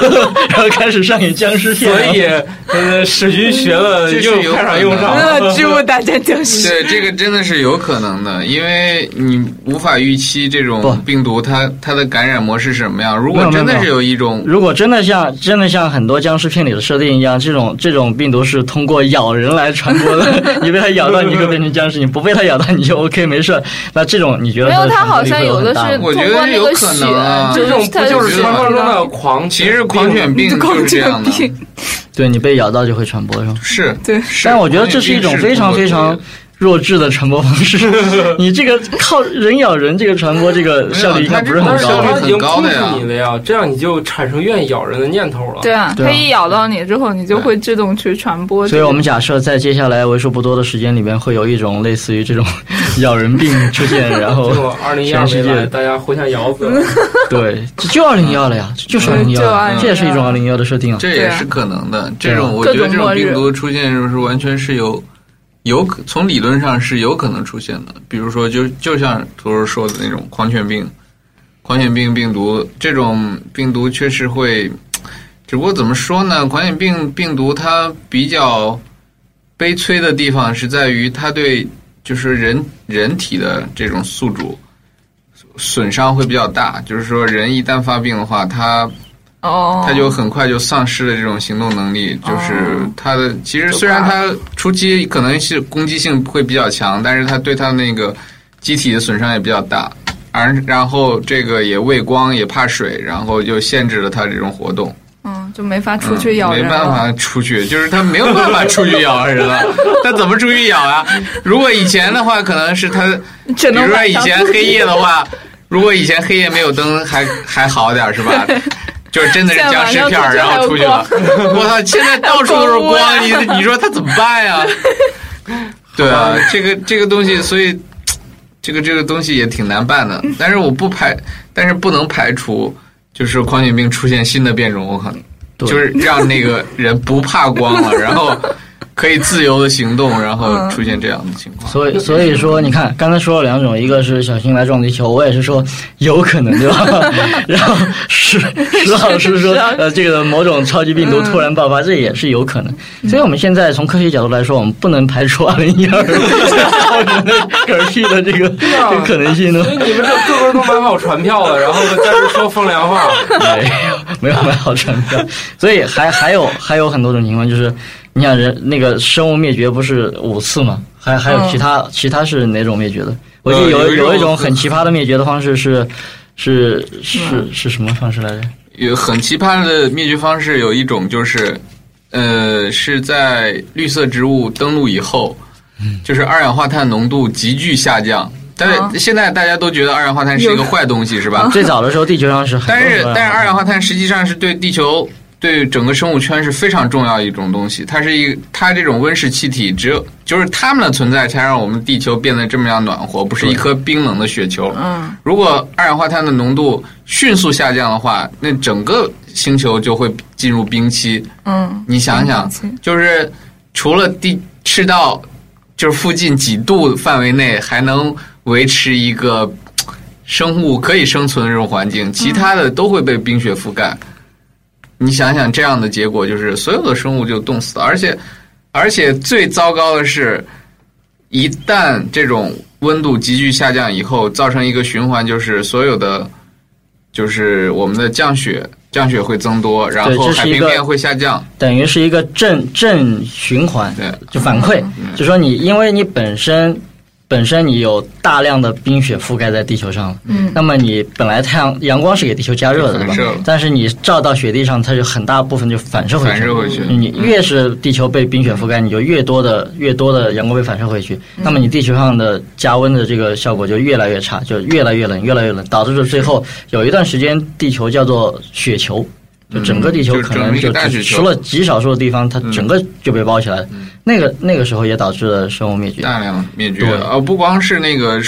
然后开始上演僵尸片。
所以呃，史军学了
这是
又
有
派上
可
用
能
场
的
了
那。植物大战僵尸，
对，这个真的嗯是有可能的，因为你无法预期这
不
种病毒它它的感染模式是什么样。如
没
果
有
真的
没有
是有一种，
如果真的像真的像很多僵尸片里的设定一样，这种这种病毒是通过咬人来传播的。 你被它咬到，你就变成僵尸；你不被它咬到，你就 OK 没事。那这种你觉得
没有
它的
它
传播
好
力
像
会
有的
很大
是
吗
通过那个血，
啊
就
这种
啊
是
不
它
就是传说中的狂？
其实狂犬病就是这样的，
对你被咬到就会传播是吧？
是。
对，
是
但我觉得这是一种非常非常弱智的传播方式。 你这个靠人咬人这个传播，这个效率应该不是很
但
没
是
有
高
它。
它已经控制你了呀，这样你就产生愿意咬人的念头了。
对啊，
对啊
它一咬到你之后，你
啊
就会自动去传播。
所以我们假设在接下来为数不多的时间里面，会有一种类似于这种 咬人病出现，然后
结果二零一二
全
没
世界
来，大家互相咬死 了。
对，这就二零一二了呀，这就是二零一
就
二，
2012
这也是一种二零一二的设定啊。
这也是可能的。这种我
各
觉
种
得这种
末日
病毒出现就是完全是有有可从理论上是有可能出现的。比如说就，就像图儿说的那种狂犬病，狂犬病病毒这种病毒确实会，只不过怎么说呢？狂犬病病毒它比较悲催的地方是在于它对就是人人体的这种宿主。损伤会比较大，就是说，人一旦发病的话，它
哦，
他就很快就丧失了这种行动能力，就是
哦
他的其实虽然他初期可能是攻击性会比较强，但是他对他那个机体的损伤也比较大，而然后这个也畏光也怕水，然后就限制了他这种活动，
嗯，就没法
嗯
出去咬人，
没办。法出去，就是他没有办法出 去咬人了，他怎么出去咬啊？如果以前的话，可能是他
只
比
能
如说
晚
以
上
前黑夜的话，如果以前黑夜没有灯还还好点儿是吧？就是真的是僵尸片儿，
现在
然
晚上出
后出
去
去
还有
了。我操，现在到处都是光，你 你说他怎么办呀？对啊，
嗯
这个这个东西，所以这个这个东西也挺难办
嗯
的。但是我不排，但是不能排除就是狂犬病出现新的变种，我可能
对
就是让那个人不怕光了，然后可以自由的行动，然
嗯
后出现这样的情况。
所以，所以说，你看，刚才说了两种，一个是小心来撞地球，我也是说有可能，对吧？ 然后石石老师说
石老，师
呃，这个某种超级病毒突然爆发，这也是有可能。所以，我们现在从科学角度来说，我们不能排除二零一二造成的嗝屁的这个这个可能性呢
所。以你们这个个都买好船票了，然后在这说风凉 话。
没有没有买好船票，所以还还有还有很多种情况，就是你想人那个生物灭绝不是五次吗？还还有
嗯
其他、其他是哪种灭绝的？我记得
呃
有、
有一种
有一种很奇葩的灭绝的方式是是是是什么方式来着？
有很奇葩的灭绝方式，有一种就是，呃，是在绿色植物登陆以后，就是二氧化碳浓度急剧下降。但
啊
是现在大家都觉得二氧化碳是一个坏东西，是吧？
最早的时候，地球上是很
但是
多
但是二氧化碳实际上是对地球对整个生物圈是非常重要的一种东西，它是一它这种温室气体，只有就是它们的存在才让我们地球变得这么样暖和，不是一颗冰冷的雪 球。
嗯，
如果二氧化碳的浓度迅速下降的话，那整个星球就会进入冰期。
嗯，
你想想
冰期，
就是除了地吃到就是附近几度范围内还能维持一个生物可以生存的这种环境，其他的都会被冰雪覆盖。你想想这样的结果，就是所有的生物就冻死了，而且而且最糟糕的是，一旦这种温度急剧下降以后，造成一个循环，就是所有的就是我们的降雪。降雪会增多，然后
这
海
是一
平
个
面会下降。
等于是一个正正循环，
对
就反馈，就说你因为你本身本身你有大量的冰雪覆盖在地球上了，
嗯
那么你本来太阳阳光是给地球加热的，
就
对
反射
吧
了？
但是你照到雪地上，它就很大部分就反射回去，
反射回去
你越是地球被冰雪覆盖，你就越多的越多的阳光被反射回去，那么你地球上的加温的这个效果就越来越差，就越来越冷，越来越冷，导致了最后有一段时间地球叫做雪球。就整个地球
嗯就
可
整
能
个一个
就
大
只
雪球嗯
除了极少数的地方，它整个就被包起来了。那个那个时候也导致了生物灭绝。
大量灭绝，
对
呃，不光是那个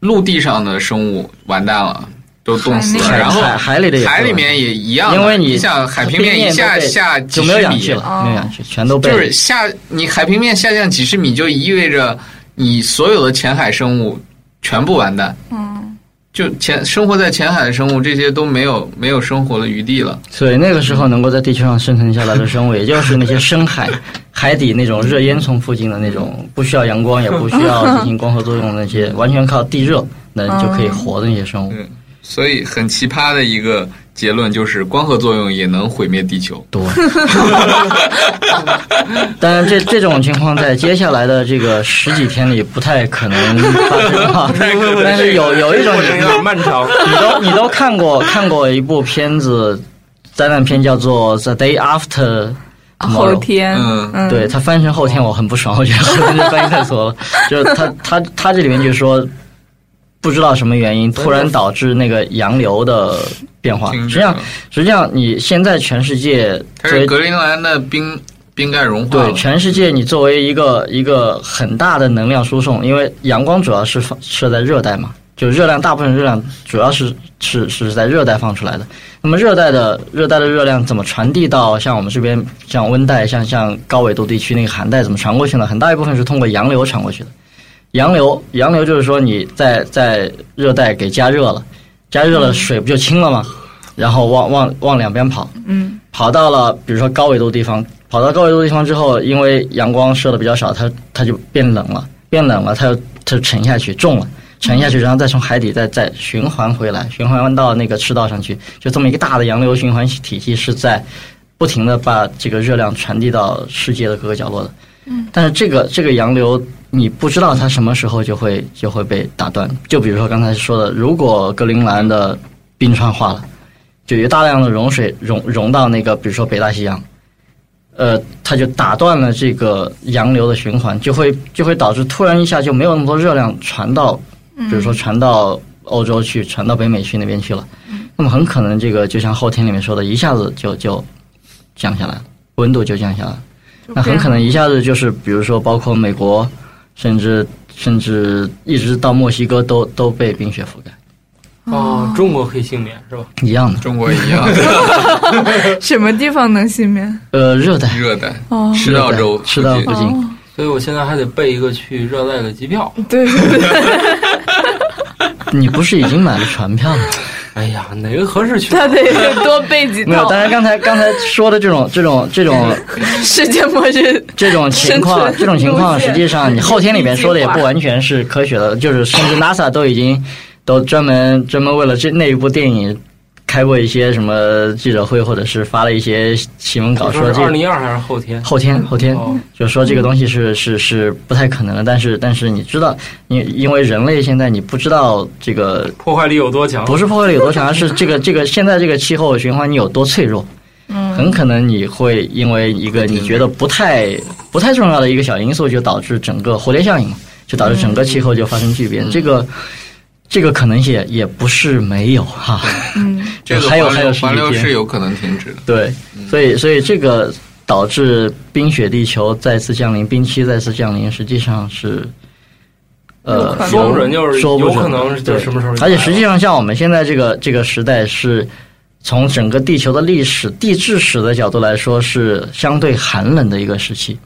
陆地上的生物完蛋了，都冻死
海
了，
里
然后
海海里的也
海里
冻
面也一样的，
因为
你
你
想海平面一下
都被
下几
就没有
十
氧
米啊
气了，没有氧气，全都被
就是下你海平面下降几十米，就意味着你所有的浅海生物全部完蛋，
嗯，
就潜生活在浅海的生物这些都没有没有生活的余地了。
所以那个时候能够在地球上生存下来的 生物，也就是那些深海、海底那种热烟囱附近的那种，不需要阳光，也不需要进行光合作用的那些，完全靠地热能就可以活的那些生物。
嗯所以很奇葩的一个结论就是，光合作用也能毁灭地球。
多。 当然这，这种情况在接下来的这个十几天里不太可能发生 啊。 但是有有一种啊
过程
啊
有点漫长。
你都你都看过看过一部片子，灾难片叫做《The Day After》。
后天，
嗯
嗯，
对，它翻成后天我很不爽，我觉得后 天这翻译太错了。就是它它它这里面就说，不知道什么原因突然导致那个洋流的变化。
停止
实际上
了
实际上你现在全世界
它
作
是
为
格陵兰的冰冰盖融化了。
对，全世界你作为一个一个很大的能量输送，因为阳光主要是放射在热带嘛，就热量大部分热量主要是是是在热带放出来的。那么热带的热带的热量怎么传递到像我们这边像温带、像像高纬度地区那个寒带怎么传过去呢？很大一部分是通过洋流传过去的。洋流，洋流就是说你在在热带给加热了，加热了水不就清了吗？然后往往往两边跑，
嗯，
跑到了比如说高纬度地方，跑到高纬度地方之后，因为阳光射的比较少，它它就变冷了，变冷了，它又它就沉下去，重了，沉下去，然后再从海底再再循环回来，循环到那个赤道上去，就这么一个大的洋流循环体系是在不停的把这个热量传递到世界的各个角落的。嗯，但是这个这个洋流，你不知道它什么时候就会就会被打断。就比如说刚才说的，如果格陵兰的冰川化了。就有大量的融水融融到那个，比如说北大西洋，呃，它就打断了这个洋流的循环，就会就会导致突然一下就没有那么多热量传到，
嗯
比如说传到欧洲去，传到北美去那边去了。那么很可能这个就像后天里面说的，一下子就就降下来了，温度就降下来了。那很可能一下子就是，比如说包括美国，甚至甚至一直到墨西哥都都被冰雪覆盖，
哦，中国可以幸免是吧？
一样的。
中国一样，
什么地方能幸免？
呃，热带。
热带
哦，
赤道洲
对赤道
附近
附近，
所以我现在还得备一个去热带的机票。
对对对，
你不是已经买了船票 了？
哎呀，哪个合适去？啊
他得多备几
没有，
套
当然刚才刚才说的这种这种这 种
世界末日。
这种情
生
况，
存
这种情况
路线
实际上你后天里面说的也不完全是科学的，就是甚至 NASA 都已经都专门专门为了这那一部电影开过一些什么记者会，或者是发了一些新闻稿
你
说
说是
这
二零一二还是后天？
后天后天
哦
就说这个东西是是是不太可能的，但是但是你知道，因因为人类现在你不知道这个
破坏力有多强？
不是破坏力有多强，而是这个这个现在这个气候循环你有多脆弱。嗯，很可能你会因为一个你觉得不太不太重要的一个小因素，就导致整个蝴蝶效应嘛，就导致整个气候就发生巨变。这个这个可能也也不是没有哈、
这个
还有
环
还
流
有十
环
几
流
天
是有可能停止的。
对，所以所以这个导致冰雪地球再次降临，冰期再次降临，实际上是。呃，有
说不准就是
说不
有
准
可能就
对
什么时候就
而且
来了
实际上，像我们现在这个这个时代，是从整个地球的历史地质史的角度来说，是相对寒冷的一个时期。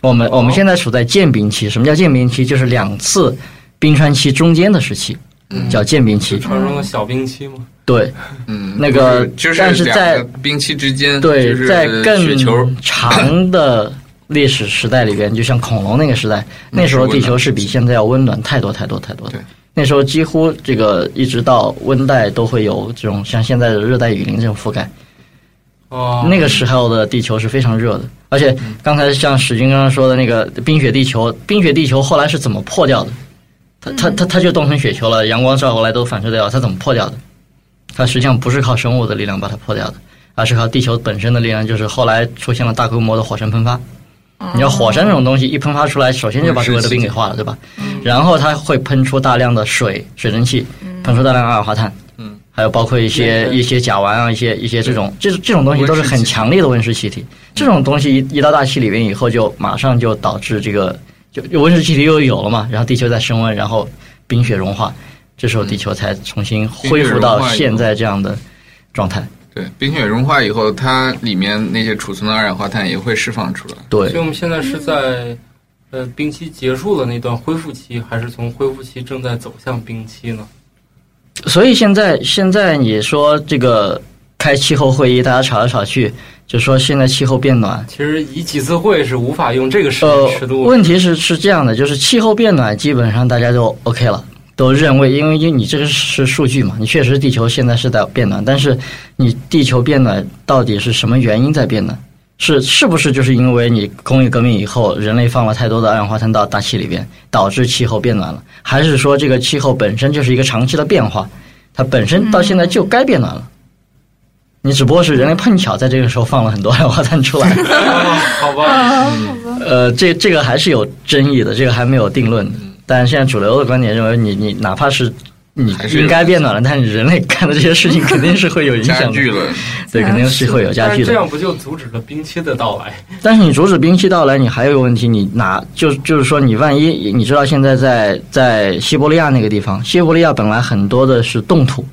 我
哦
们我们现在处在渐冰期，什么叫渐冰期？就是两次冰川期中间的时期，
嗯
叫渐冰期。
传说中的小冰期吗？
对，
嗯，
那个
就是
但是
两
在
个冰期之间，
对，
就是
在
雪球
更长的历史时代里边，就像恐龙那个时
嗯
代，那时候地球是比现在要温暖太多太多太多的
对。
那时候几乎这个一直到温带都会有这种像现在的热带雨林这种覆盖。
哦，
那个时候的地球是非常热的，而且刚才像史军刚刚说的那个冰雪地球，冰雪地球后来是怎么破掉的？它它它它就冻成雪球了，阳光照过来都反射掉了，它怎么破掉的？它实际上不是靠生物的力量把它破掉的，而是靠地球本身的力量，就是后来出现了大规模的火山喷发。你要火山这种东西一喷发出来，首先就把周围的冰给化了，对吧？然后它会喷出大量的水、水蒸气，喷出大量二氧化碳，
嗯，
还有包括一些
对
一些甲烷啊，一些一些这种这这种东西都是很强烈的温室气体。这种东西一一到大气里面以后，就马上就导致这个就就温室气体又有了嘛，然后地球在升温，然后冰雪融化，这时候地球才重新恢复到现在这样的状态。
对，冰雪融化以后，它里面那些储存的二氧化碳也会释放出来。
所
对
以，我们现在是在呃冰期结束的那段恢复期，还是从恢复期正在走向冰期呢？
所以现在现在你说这个开气候会议，大家吵来吵去，就说现在气候变暖，
其实以几次会是无法用这个时间
呃
尺，度。
问题是是这样的，就是气候变暖，基本上大家都 OK 了，都认为，因为因为你这个是数据嘛，你确实地球现在是在变暖，但是你地球变暖到底是什么原因在变暖？是是不是就是因为你工业革命以后，人类放了太多的二氧化碳到大气里边，导致气候变暖了？还是说这个气候本身就是一个长期的变化，它本身到现在就该变暖
嗯
了？你只不过是人类碰巧在这个时候放了很多二氧化碳出来，
啊好吧，
呃，这这个还是有争议的，这个还没有定论的。
嗯
但现在主流的观点认为你，你哪怕是你
还是有
应该变暖了，但你人类干的这些事情肯定是会有影
加
响的，
剧了，
对，肯定是会有加
但
剧
是这
的。
样不就阻止了冰期的到来？
但是你阻止冰期到来，你还有一个问题，你拿就就是说，你万一你知道现在在在西伯利亚那个地方，西伯利亚本来很多的是冻土，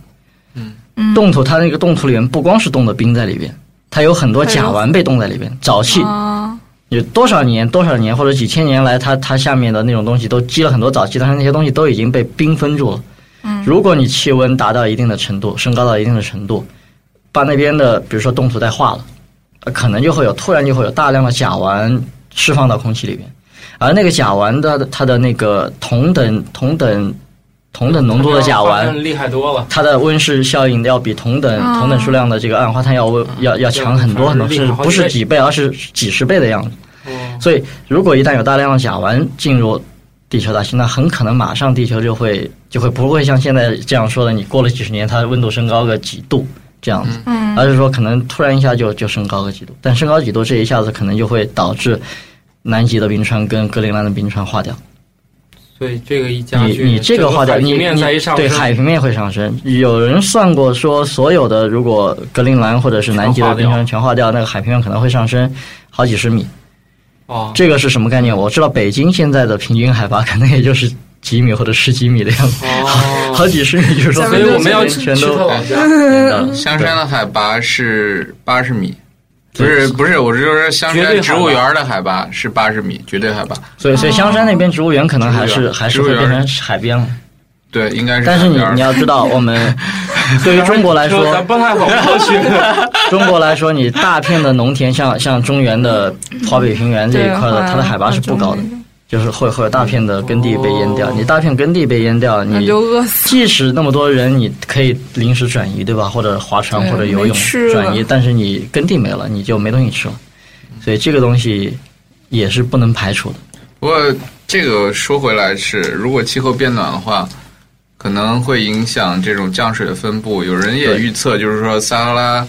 嗯
冻土它那个冻土里面不光是冻的冰在里边，它有很多哦
还有
甲烷被冻在里边，沼气，
啊，
有多少年、多少年或者几千年来，它它下面的那种东西都积了很多沼气，但是那些东西都已经被冰封住了。
嗯
如果你气温达到一定的程度，升高到一定的程度，把那边的比如说冻土带化了，呃可能就会有突然就会有大量的甲烷释放到空气里面，而那个甲烷的它的那个同等同等同等浓度的
二
甲
氧化
烷，
碳厉害多了。
它的温室效应要比同等
啊
同等数量的这个二氧化碳要温要要强很多很多，
反而
是
厉害好
不
几
是
倍
几倍，而是几十倍的样子。
嗯，
所以，如果一旦有大量的甲烷进入地球大气，那很可能马上地球就会就会不会像现在这样说的，你过了几十年它温度升高个几度这样子，
嗯，
而是说可能突然一下就就升高个几度，但升高几度这一下子可能就会导致南极的冰川跟格陵兰的冰川化掉。
所以这个一加
你
剧，
你这
整
个
个
话
海
题，你
平面
你
再一上升，
对海平面会上升。有人算过说，所有的如果格陵兰或者是南极的冰川全化掉，那个海平面可能会上升好几十米。
哦，
这个是什么概念？我知道北京现在的平均海拔可能也就是几米或者十几米的样子，
哦
好几十米，就是说
咱
所
们
以
北京
我们要去
全
去他
都
老家。
嗯
香山的海拔是八十米。不是不是，我是说香
绝
山
对
植物园的海拔是八十米，绝对海拔。
所以所以香山那边植物园可能还
植物
是
园
还是会变成海边了。
对，应该是
但是
海
你
边儿。
你要知道，我们 对于中国来说，
咱不太好过 去。
中国来说，你大片的农田，像像中原的华北平原这一块的，
啊
它的海拔是不高的，就是会会有大片的耕地被淹掉。
哦
你大片耕地被淹掉，
那
你
就饿死。
即使那么多人，你可以临时转移，对吧？或者划船
对
或者游
没
泳
吃了
转移，但是你耕地没了，你就没东西吃了。所以这个东西也是不能排除的。
不过这个说回来是，如果气候变暖的话，可能会影响这种降水的分布。有人也
对
预测，就是说撒哈拉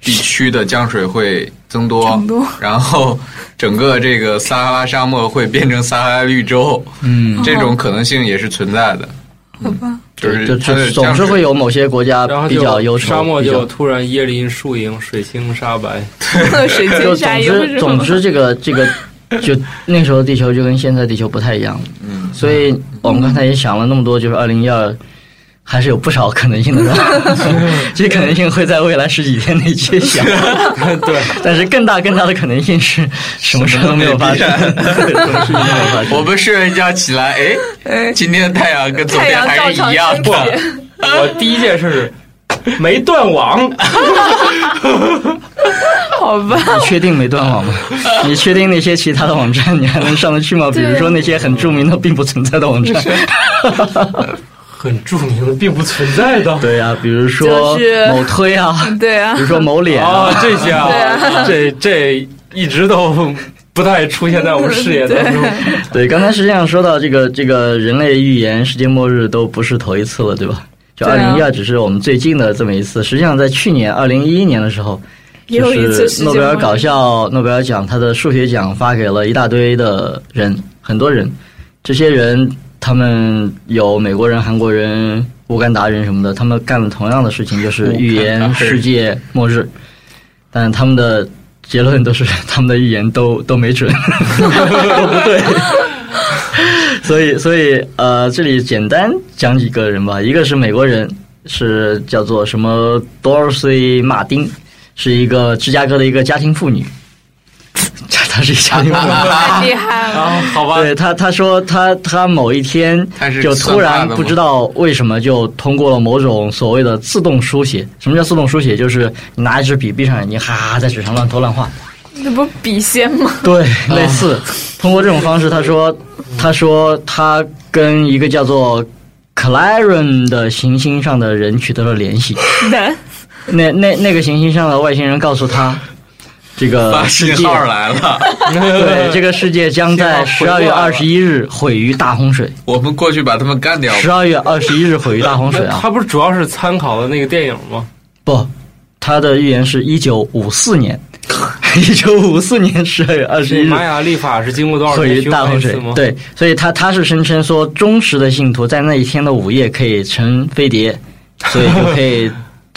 地区的降水会增多，
增多
然后整个这个撒哈拉沙漠会变成撒哈拉绿洲，
嗯，
这种可能性也是存在的。
好吧，
就是
就
它的
总
降
是
水
会有某些国家
然后
比
就
较忧愁，
沙漠
比较
就突然椰林树影，水清沙白。
水
就
晶
总
沙也不
之，
是
总之，这个这个，就那时候地球就跟现在地球不太一样。
嗯，
所以我们刚才也想了那么多，就是二零一二还是有不少可能性的 吧。这可能性会在未来十几天内揭 晓，
对，
但是更大更大的可能性是什么事都没有发生，对 什么事都没有发生。
我们睡一觉起来，哎，今天的太阳跟昨
太
天
阳
还
照
是
常
一样
升起，
的。
我第一件事是没断网，
好吧，
你确定没断网 吗？你确定那些其他的网站你还能上得去吗？比如说那些很著名的并不存在的网站。
很著名的，并不存在 的。
对啊，比如说
就是
某推啊，
对啊
比，如说某脸
哦
啊，，
这些
对
啊，
啊
这这一直都不太出现在我们视野当中。
对，刚才实际上说到这个这个人类预言世界末日都不是头一次了，对吧？就
对
二
啊
零一二只是我们最近的这么一次，实际上在去年二零一一年的时候，
也有一次世
就是
界
诺贝尔
末日
搞笑诺贝尔奖，他的数学奖发给了一大堆的人，很多人，这些人他们有美国人、韩国人、乌干达人什么的，他们干了同样的事情，就是预言世界末日，但他们的结论都是他们的预言都都没准， 都不对。所以，所以，呃，这里简单讲几个人吧。一个是美国人，是叫做什么 Dorothy 马丁，是一个芝加哥的一个家庭妇女。 她是一个家庭妇女。
太厉害了，
啊，好吧，
对他，他说他他某一天
他是
就
算
突
法
然
的
不
吗
知道为什么就通过了某种所谓的自动书写。什么叫自动书写？就是你拿一支笔闭上眼睛，哈哈哈在纸上乱勾 乱画。
这不笔仙吗？
对，
啊
类似。通过这种方式，他说，他说他跟一个叫做 Clarion 的行星上的人取得了联系。
对，
那那那个行星上的外星人告诉他，这个
发
世
信
界
号来了，
对这个世界将在
信
十
号
二
回
月
过来了
二十一日毁于大洪水。
我们过去把他们干掉。
十二月二十一日毁于大洪水啊！
他不是主要是参考了那个电影吗？
不，他的预言是一九五四年， 一九五四年十二月二十一
这
日
玛雅历法是经过多少
毁
年
于
修
嗯大
改一
洪
次
水
吗？，
对，所以他他是声称说，忠实的信徒在那一天的午夜可以乘飞 碟，所以就可以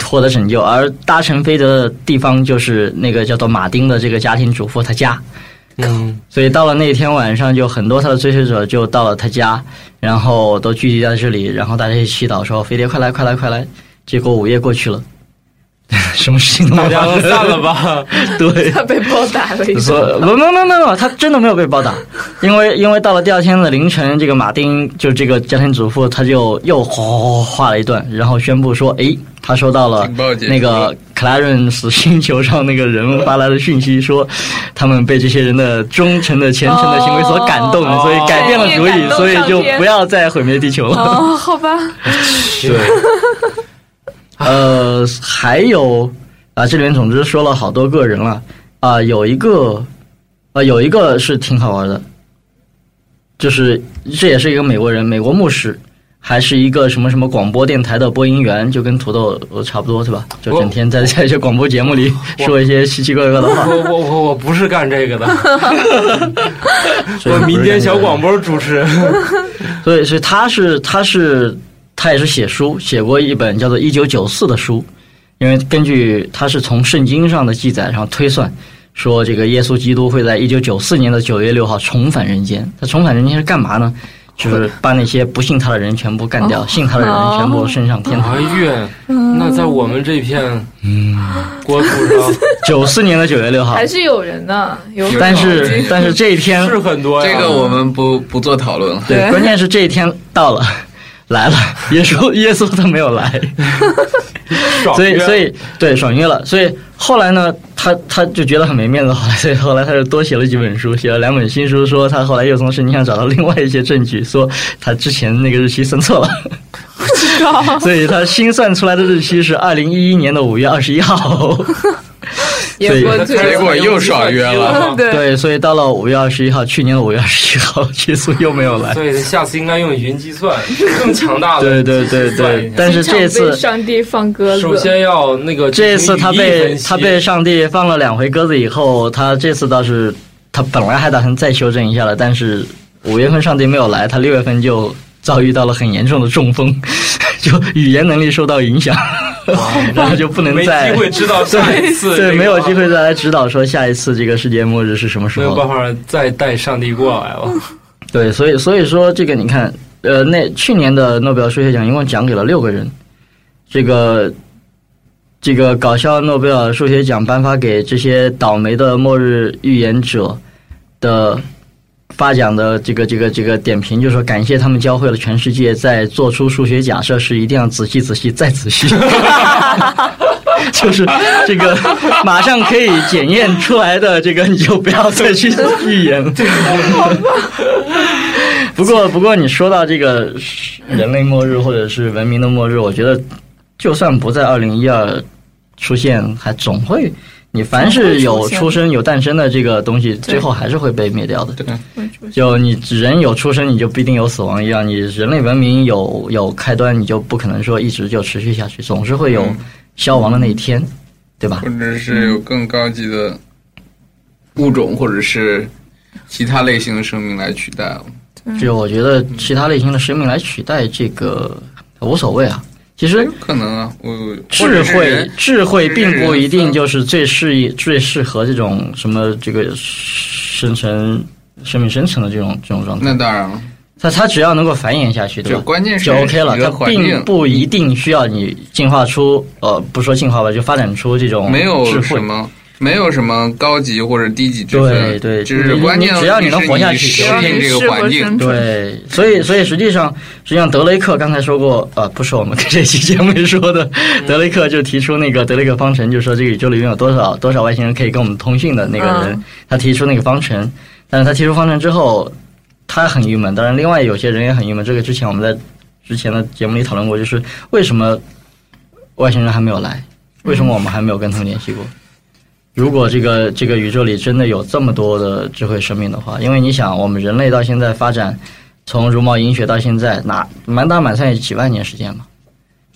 获得拯救。而搭乘飞碟的地方就是那个叫做马丁的这个家庭主妇他家。
嗯，
所以到了那天晚上，就很多他的追随者就到了他家，然后都聚集在这里，然后大家一起祈祷说：“飞碟，快来，快来，快来！”结果午夜过去了， 什么事情都
大
没
家
发
都
生。
散了吧。
对，
他被暴打了一顿，
说没没没没有，他真的没有被暴打，因为因为到了第二天的凌晨，这个马丁就这个家庭主妇，他就又哗哗哗了一段，然后宣布说，诶，他收到了
情报解除
那个 Clarence 星球上那个人发来的讯息，说他们被这些人的忠诚的虔诚的行为所感动，
哦
所以改变了主
感
意，
动
所以就
上天
不要再毁灭地球了。
哦，好吧，
对，
呃，还有啊，这里面总之说了好多个人了啊，有一个啊，有一个是挺好玩的，就是这也是一个美国人，美国牧师，还是一个什么什么广播电台的播音员，就跟土豆呃差不多对吧？就整天在 在一些广播节目里说一些奇奇怪怪的话
我，我我我不是干这个 的，
所以
我
不是
民间小
那个
广播主持人。
所以，所以他是他是他也是写书，写过一本叫做《一九九四》的书，因为根据他是从圣经上的记载，然后推算说这个耶稣基督会在一九九四年的九月六号重返人间。他重返人间是干嘛呢？就是把那些不信他的人全部干
哦
掉，信他的人全部升上天堂。
哎呀，那在我们这片国土上
九四年的九月六号
还，是有人的，有人
但
的
是但是这一天
是很多呀。啊
这个我们不不做讨论了。
嗯对，
对
关键是这一天到了，来了，耶稣耶稣他没有来。
爽
所以
约
所以对爽约了，所以后来呢，他他就觉得很没面子，后来所以后来他就多写了几本书，写了两本新书，说他后来又从圣经上找到另外一些证据，说他之前那个日期算错了，所以他新算出来的日期是二零一一年的五月二十一号。
也过去
结
了，
果又爽约了
对
对，所以到了五月二十一号，去年的五月二十一号，耶稣又没有 来。
所以下次应该用云计算，更强大的
对对对
计算一
对
下，
但是这
经常
次
被上帝放鸽子，
首先要那个
这次他
语义
被
分析
他被上帝放了两回鸽子以后，他这次倒是他本来还打算再修正一下了，但是五月份上帝没有来，他六月份就遭遇到了很严重的中风， 就语言能力受到影响，然 后就啊不能
没
再
机会知道下一次这
对
个啊
没有机会再来指导说下一次这个世界末日是什么时
没有
候
哎 办。法再带上帝过来了。
对，所以所以说这个你看，呃，那去年的诺贝尔数学奖一共奖给了六个人，这个这个搞笑诺贝尔数学奖颁发给这些倒霉的末日预言者的发奖的这个这个这个点评，就是说感谢他们教会了全世界，在做出数学假设时一定要仔细仔细再仔细， 就是这个马上可以检验出来的这个你就不要再去预言了。 不过，不过你说到这个人类末日或者是文明的末日，我觉得就算不在二零一二出现，还总会你凡是有出生有诞生的这个东西，最后还是会被灭掉的。就你人有出生，你就必定有死亡一样。你人类文明有有开端，你就不可能说一直就持续下去，总是会有消亡的那一天，对吧？
或者是有更高级的物种，或者是其他类型的生命来取代了。
就我觉得其他类型的生命来取代这个无所谓啊，其实
可能啊，我
智慧智慧并不一
嗯
定就是最适宜最适合这种什么这个生成生命生成的这种这种状态。
那当然了，
它它只要能够繁衍下去，对吧？
关键是
就 OK 了，它并不一定需要你进化出呃，不说进化吧，就发展出这种
没有
嗯智慧
什么。没有什么高级或者低级之分，
对对，
只是关键
只要你能活下去，
适应这个环境。
对，所以所以实际上，实际上德雷克刚才说过，呃，不是我们这期节目说的，
嗯
德雷克就提出那个德雷克方程，就说这个宇宙里面有多少多少外星人可以跟我们通信的那个人，
嗯
他提出那个方程，但是他提出方程之后，他很郁闷。当然，另外有些人也很郁闷。这个之前我们在之前的节目里讨论过，就是为什么外星人还没有来，为什么我们还没有跟他们联系过？如果这个这个宇宙里真的有这么多的智慧生命的话，因为你想，我们人类到现在发展，从茹毛饮血到现在，哪满打满算也几万年时间嘛，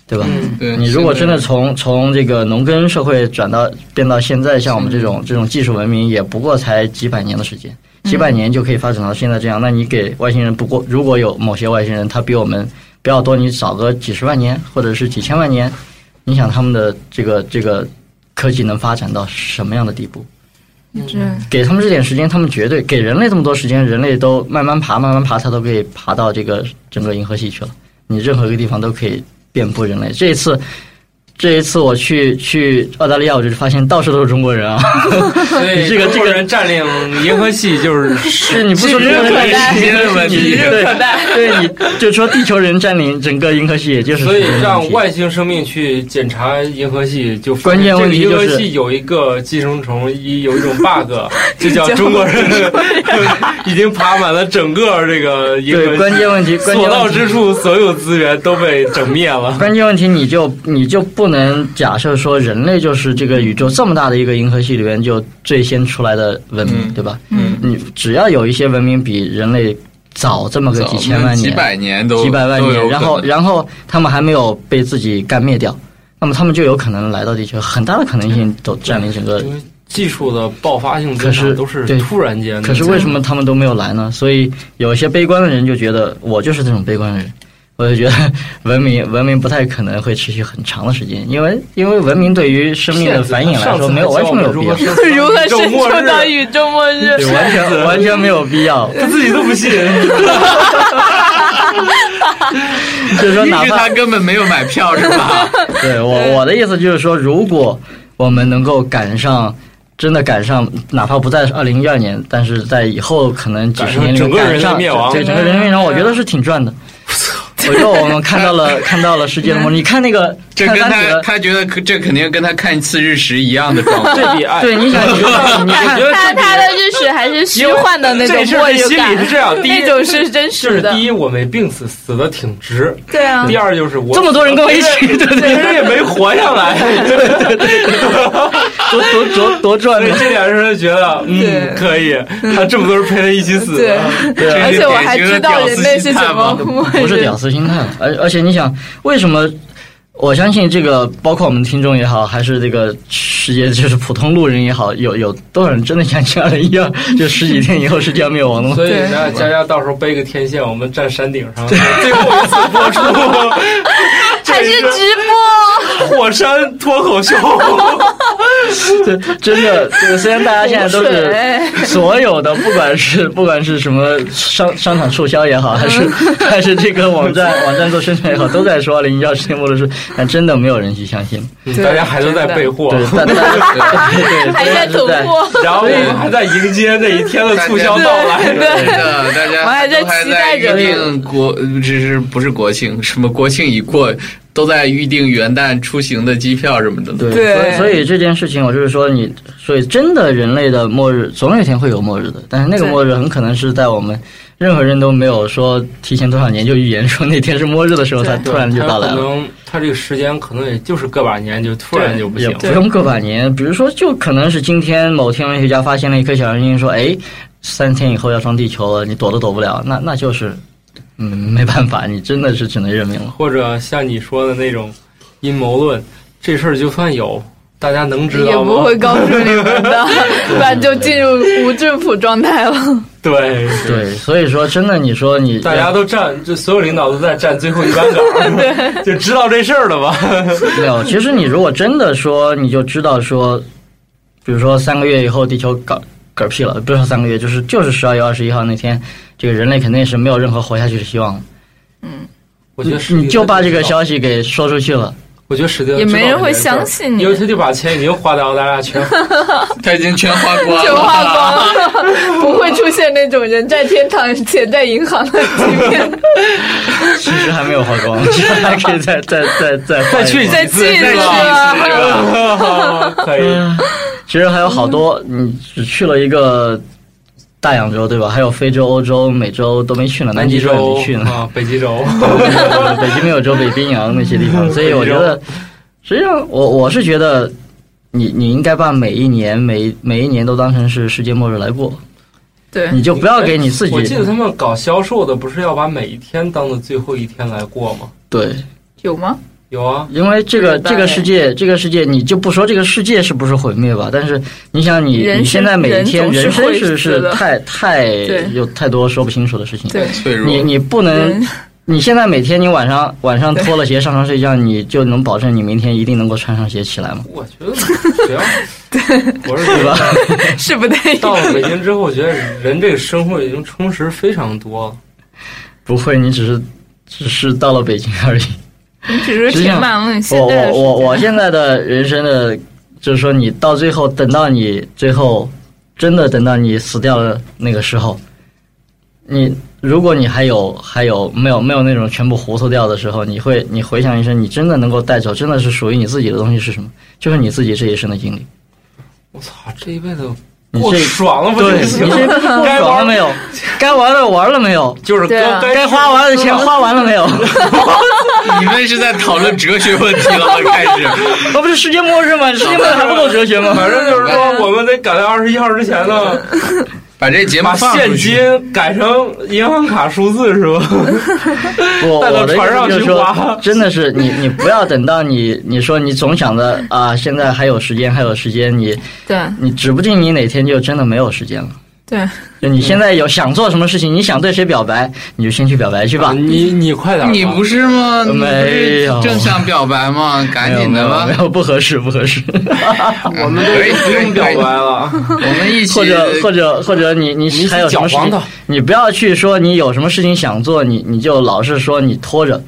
对吧？
对
你如果真的从从这个农耕社会转到变到现在，像我们这种这种技术文明，也不过才几百年的时间，几百年就可以发展到现在这样。那你给外星人，不过如果有某些外星人，他比我们不要多，你少个几十万年或者是几千万年，你想他们的这个这个科技能发展到什么样的地步？
这
给他们这点时间，他们绝对给人类这么多时间，人类都慢慢爬，慢慢爬，他都可以爬到这个整个银河系去了。你任何一个地方都可以遍布人类。这一次，这一次我去去澳大利亚，我就发现到处都是中国人啊！
所以
这个
中国人占领银河系就是
是你不说中国人占领你
指日可待指
日可待
对，对你就说地球人占领整个银河系，也就是
所以
这个问
让
题
外星生命去检查银河系，就发现
关键问题
这个银
就
河
是
系有一个寄生虫，一有一种 bug，就叫中国人已经爬满了整个这个银河系，
对关键问题，关
所
键
到
问题
之处所有资源都被整灭了。
关键问题，你就你就不能假设说人类就是这个宇宙这么大的一个银河系里边就最先出来的文明，
嗯
对吧？
嗯，
你只要有一些文明比人类早这么个
早
几
嗯
千万年、
几百年都
几百万
都
年，
有可
然后
能
然后他们还没有被自己干灭掉，那么他们就有可能来到地球，很大的可能性都占领整个
因为技术的爆发性增
可是
长都是
对
突然间的，
可是为什么他们都没有来呢？所以有些悲观的人就觉得我就是这种悲观的人，我就觉得 文明文明不太可能会持续很长的时间，因为因为文明对于生命的繁衍来说没有完全没有必要，
如何生存到
宇
宇宙末日？
对，完全完全没有必要。
他自己都不信，
就是说，
于
哪
是
怕
他根本没有买票是 吧？
对我我的意思就是说，如果我们能够赶上。真的赶上，哪怕不在二零一二年，但是在以后可能几十年里
赶上整
面
个人
赶上
类灭亡
对整个人类灭亡，我觉得是挺赚的。我觉得我们看 到了看到了世界的末日，你看那个
这
看
跟
三体
他
了，
他觉得可这肯定跟他看一次日食一样的 状况。
这比爱
对，你想你看你
我
看
觉得
他
这比
他的日食还是虚幻的那种
这事
末
儿
日
心里
感，
是 这样，第一
那种是真
就
实
是
的
第。一我没病死，死的挺值。
对啊，
第二就是我
嗯这么多人跟我一起，对 对
这人
对，
也没活下来，
多多多多赚
所以
的。
这点让人觉得嗯
对嗯
可以，他这么多人陪他一起死
对
的，
对啊
而且我还知道人类是怎么
不是屌丝心态了， 而而且你想，为什么？我相信这个，包括我们听众也好，还是这个世界就是普通路人也好，有有多少人真的像这样的一样，就十几天以后世界要灭亡了 吗？
所以
对
那佳佳到时候背个天线，我们站山顶上，最后一次播出，
还是直播？
火山脱口秀，
这真的，这个虽然大家现在都
洪
是
水
所有的，不管是不管是什么商商场促销也好，还是还是这个网站网站做宣传也好，都在说二零一二世界末日是，但真的没有人去相信。
对
嗯大家还都在
真的
备货，
对，大大家对对，
还
大家
在
是
囤货？
然后我们还在迎接那一天的促销到来。
对
真的，大家
我还在
都还
期待
在
着呢
预定国，只是不是国庆，什么国庆已过，都在预定元旦出行的机票什么的。
对，
对
所以所以这件事情，我就是说你，所以真的人类的末日，总有一天会有末日的，但是那个
对
末日很可能是在我们任何人都没有说提前多少年就预言说那天是末日的时候，
对
它突然就到来
可
了。
能他这个时间可能也就是个把年，就突然就不行
也
了
不。用个把年，比如说，就可能是今天某天文学家发现了一颗小行星，说：“哎，三天以后要撞地球了，你躲都躲不了。那”那就是，嗯，没办法，你真的是只能认命了。
或者像你说的那种阴谋论，这事儿就算有，大家能 知
也
道
不
吗
会？告诉你们的， 不然就进入无政府状态 了。
对，
对，所以说，真的，你说你
大家都站，这所有领导都在站最后一班 岗，就知道这事儿了吧？
没有，其实你如果真的说，你就知道说，比如说三个月以后地球搞嗝屁了，不是说三个月，就是就是十二月二十一号那天，这个人类肯定是没有任何活下去的希望了。
我觉得史蒂
你
德
就把这
知
个
道
消息给说出去了，
我觉得史蒂德
也
知道
没人
这
会
件事儿
相信你
因为他就把钱已经花在澳大利亚 去了。
他已经全花光了，
全花光 了，不会出现那种人在天堂，钱在银行的局面。
其实还没有花光，其实还可以再再再再
再去
花
再去一
一花
再去一
次
次
啊，
可以，
嗯其实还有好多，你只去了一个大洋洲对吧？还有非洲、欧洲、美洲都没去呢，南
南
极
极
洲也
洲
没去呢。
啊，北极洲，
北极没有洲，北冰洋那些地 方，所以我觉得，实际上我我是觉得你，你应该把每一年每每一年都当成是世界末日来过，
对，
你就不要给你
哎
自
我记
己
得他们搞销售的不是要把每一天当做最后一天来过吗？
对，
有吗？
有啊，
因为这个
明白
这个世界这个世界，你就不说这个世界是不是毁灭吧，但是你想你
人
你
是
现在每一天
人
人
总是
生
会
是
死
是
的
太太
对
有太多说不清楚的事情，
对，
脆弱。
你你不能
人。
你现在每天你晚上晚上脱了鞋上床睡觉，你就能保证你明天一定能够穿上鞋起来吗？
我觉得 行，我是觉得
是不太一
到
样。
了北京之后，我觉得人这个生活已经充实非常多了。
不会，你只是只是到了北京而已。
你只是填满了你 现
我
在的
我
时
我我
间
现在的人生的，就是说你到最后等到你最后真的等到你死掉了那个时候，你如果你还有还有没有没有那种全部糊涂掉的时候，你会你回想一生，你真的能够带走，真的是属于你自己的东西是什么？就是你自己这一生的经历。
我操，这一辈子
你
过
这
爽了不就
对你
行？
这该玩了没有？该玩的玩了没有？
就是
对
该
啊
该
该花完的钱花完了没有？
你们是在讨论哲学问题 了吗？开始，
那不是世界末日吗？世界末日还不够哲学吗？
反正就是说，我们得赶在二十一号之前呢，
把这节目
把
放出
现
去。
金改成银行卡数字是吧？
我
带到
我的意
船上
思就是
去滑
说，真的是你，你不要等到你，你说你总想着啊，现在还有时间，还有时间，你
对
你指不定你哪天就真的没有时间了。
对，
就你现在有想做什么事情，你想对谁表白，你就先去表白去吧。
你你快点吧，
你不是吗？你不
没
是
有
正想表白吗？赶紧
没
的
有
吧
没有，没有不合适，不合适。
我们都
可以
不用表白，了。
可以可以我们一起
或者或者或者你你
你
还有什么事
搅黄
情
他？
你不要去说你有什么事情想做，你你就老是说你拖着，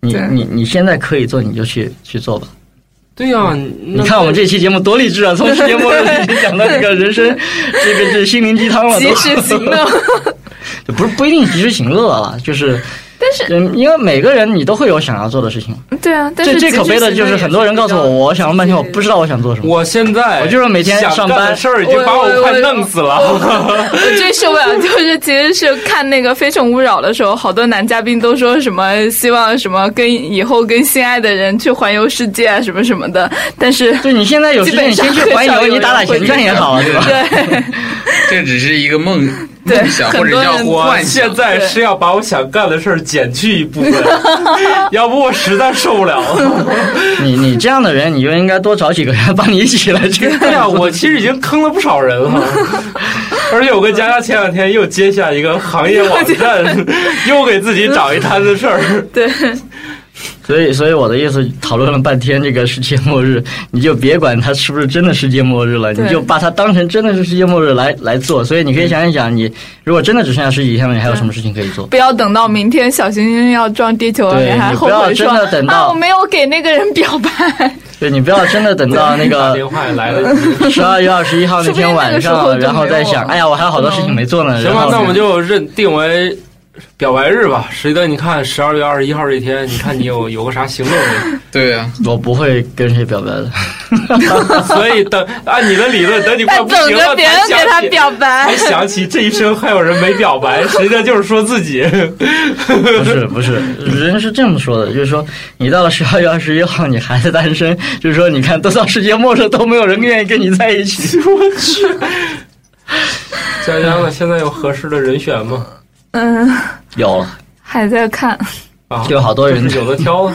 你
对
你你现在可以做，你就去去做吧。
对呀、
你
嗯你
看我们这期节目多励志啊！从世界末日已经讲到这个人 生，这个这心灵鸡汤了，
及
都
时行乐。
不是不一定及时行乐了，就是
但是
嗯，因为每个人你都会有想要做的事情。
对啊，但
这
是
最可悲的就是很多人告诉我，我想了半天，我不知道我想做什么。
我现在
我就是每天
想
上
干
班
的事儿已经把
我我
快
我
弄死了。
我最受不了就是，其实是看那个《非诚勿扰》的时候，好多男嘉宾都说什么希望什么跟以后跟心爱的人去环游世界啊，什么什么的。但是
就你现在有时间，你
基本
先
上
去环
很少
游，
有
你打打
人会
前圈也好啊，对 吧？
对，
这只是一个梦
对
梦想，
很
或者
多
叫
人
我
幻想
现。在是要把我想干的事儿减去一 部分，要不我实在受不了了。
你你这样的人，你就应该多找几个人帮你一起来去。
对哎呀、我其实已经坑了不少人了。 而且我跟佳佳前两天又接下 一个行业网站，又给自己找一摊子事儿。
对，
所以，所以我的意思，讨论了半天这个世界末日，你就别管它是不是真的世界末日了，
对
你就把它当成真的是世界末日来来做。所以，你可以想一想，你如果真的只剩下十几天了，你还有什么事情可以做？
不要等到明天小行星要撞地球了，
对
你还
你
后
不要
悔说
真的等到
啊，我没有给那个人表白。
对你不要真的等到 那
打
个
电话也来了。
十二月二十一号那天晚
说不定那个时候
上，
就
然后再想，
没有
哎呀，我还有好多事情没做呢。
行
然
吧
后，
那我们就认定为表白日吧。实际的，你看十二月二十一号这天，你看你 有有个啥行动没？
对啊，
我不会跟谁表白的。
所以等按你的理论，等你快
还
不
等
行了，
着别人给
才
他
想起
表白
才。想起这一生还有人没表 白，实际上就是说自己。
不是不是，人是这么说的，就是说你到了十二月二十一号，你还是单身，就是说你看都到世界末日都没有人愿意跟你在一起。
佳佳呢？现在有合适的人选吗？
嗯，
有了，
还在看，
啊，
有好多人
就是有的挑了，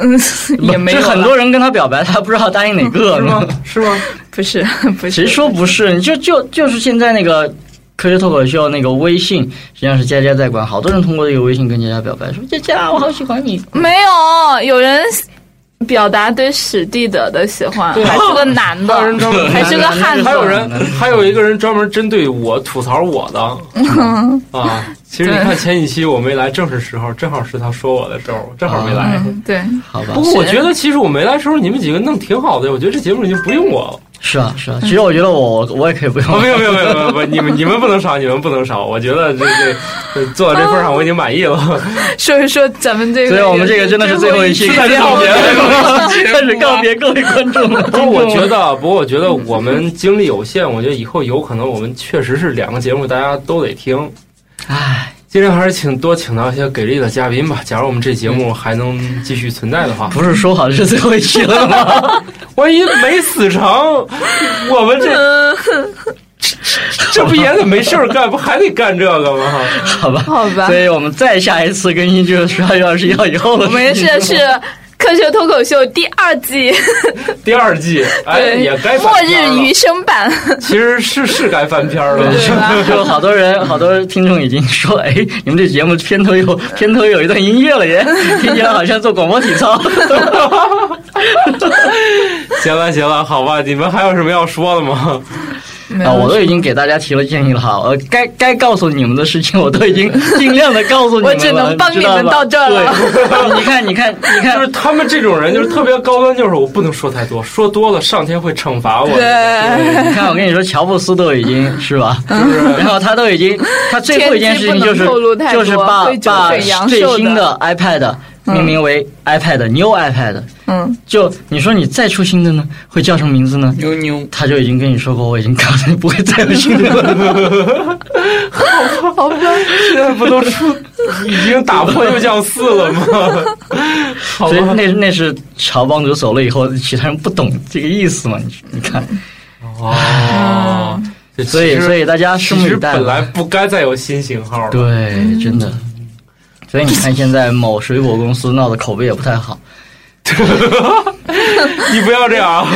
嗯，也没有
这
了
很多人跟他表白，他不知道答应哪个
是吗
呢。？
是吗？
不 是不是
谁，说不是？你就就就是现在那个科学脱口秀那个微信，实际上是佳佳在管，好多人通过这个微信跟佳佳表白，说佳佳我好喜欢你。
没有有人表达对史蒂德的喜欢，
对啊
还是个男 的
还有人，专门
还是个汉子啊
还。有人，还有一个人专门针对我吐槽我的
嗯
啊！其实你看前几期我没来，正是时候，正好是他说我的时候，正好没
哎
来。
嗯，对，
好吧
不，过我觉得其实我没来的时候，你们几个弄挺好的，我觉得这节目已经不用我了。
是啊是啊，其实我觉得我我也可以不
哦，
用
没。有没有没有没有没有，你们你们不能少，你们不能少。我觉得这这这做到这份儿上，我已经满意了。
所以说咱们这个，
所以我们这个真的是最后一期，开始告别，
啊
开始告别各位观 众了。
不过我觉得，不过我觉得我们精力有限，我觉得以后有可能我们确实是两个节目大家都得听。
唉，
尽量还是请多请到一些给力的嘉宾吧。假如我们这节目还能继续存在的话，
不是说好是最后一期了吗？
嗯 万一没死成，我们这
嗯，
这不也得没事儿干，不还得干这个吗？
好吧，
好吧
所以我们再下一次更新就是十二月二十一号以后了。
我们也是是科学脱口秀第二季，
第二季，哎，
对，
也该
末
翻篇
日
了
余。生版，
其实是是该翻篇了。
对吧？
就好多人，好多听众已经说，哎，你们这节目片头有片头有一段音乐了耶，听起来好像做广播体操。
行了行了，好吧，你们还有什么要说的吗？
没
啊，
有
我都已经给大家提了建议了哈，我该该告诉你们的事情，我都 已经尽量的告诉你们了，
我只能帮你们
知道吧
到这儿了
对，你看，你看，你
就
看
是，他们这种人，就是特别高端，就是我不能说太多，说多了上天会惩罚我。
对，
你看，我跟你说，乔布斯都已经是吧，然后他都已经，他最后一件事情就
嗯天机不
是
能透露太多
就是把
会折
把
损阳
最
寿的
新的 iPad 命名为 iPad New iPad，
嗯，
就你说你再出新的呢，会叫什么名字呢？
妞妞，
他就已经跟你说过，我已经告诉你不会再有新的了。
好吧，
现在不都出已经打破六降四了吗？ 好
所以
吧，
那那是乔帮主走了以后，其他人不懂这个意思嘛？你你看，
哦，这
所以
其实
所以大家拭
其
目
实
以待
本来
吧。
不该再有新型号了。
对，真的。所以你看，现在某水果公司闹的口碑也不太好，
你不要这样啊，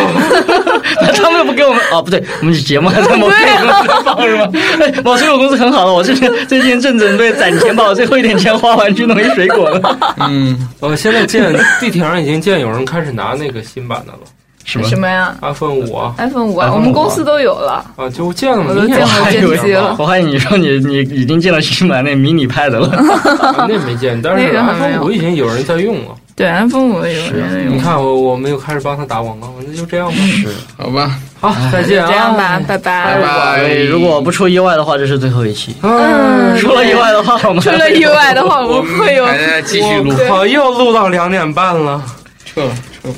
他们又不给我们哦，不对，我们节目还在某水果公司放是吗？哎，某水果公司很好了，我最近最近正准备攒钱，把我最后一点钱花完去弄一水果 了，
嗯，
我现在见地铁上已经见有人开始拿那个新版的了
是吗
什？么呀
，iPhone 五啊，
？iPhone 五，
5
我们公司都有了，
啊就见了，
我都
明
见
显
过
是
这
新
机
型号
了
我还以为你说你你已经见到新版那迷你 pad 了，
啊那没见，但是
那个还没有
iPhone 五已经有人在用了。
对，iPhone 五有
是啊
有有
你。看我我们又开始帮他打广告，那就这样吧。
是。
好吧，
好，再见啊，
嗯这样吧，拜拜
拜。拜
哎，。如果不出意外的话，这是最后一期。
嗯，
出了意外的话，我们
出了意外的话，
我
我们
们
会有
还在继
嗯
续录，
我靠，又录到两点半了。
撤了撤吧。。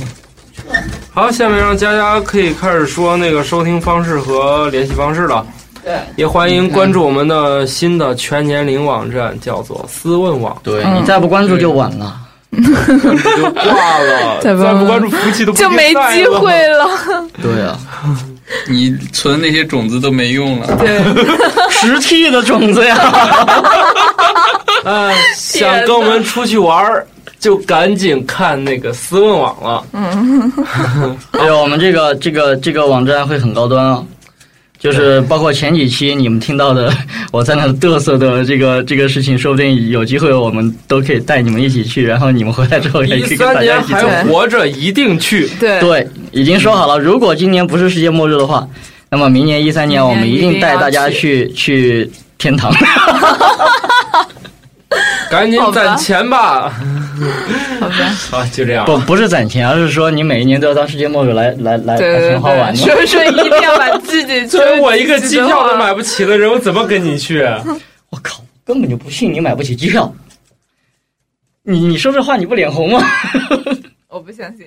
好，下面让佳佳可以开始说那个收听方式和联系方式了。
对，
也欢
嗯
迎关注我们的新的全年龄网站，叫做思问网
对
你再不关注就晚了。
就挂 了，
再
再
不
不关注服气都不
就没机会了。
对 啊，
你存那些种子都没用了。
对，
十 T 的种子呀！
嗯，想跟我们出去玩儿，就赶紧看那个思问网
嗯
了。
哎呦，我们这个这个这个网站会很高端哦。就是包括前几期你们听到的，我在那嘚瑟的这个这个事情，说不定有机会我们都可以带你们一起去，然后你们回来之后也
一
可以跟
三
大家
年
一起
还
做。
活着，一定去。
对
对，已经说好了，如果今年不是世界末日的话，那么明年一三年我们一定带大家去去天 堂。
赶紧
好吧
攒钱吧！
好吧，
啊，就这样。
不不是攒钱，而是说你每一年都要到世界末日来来来
对
来
对
很好玩
对，
的。
所以说一定要把自己
作为我一个机票都
啊
嘛。
买不起的人，我怎么跟你去？啊
我靠，根本就不信你买不起机票。你你说这话你不脸红吗？
我不相信。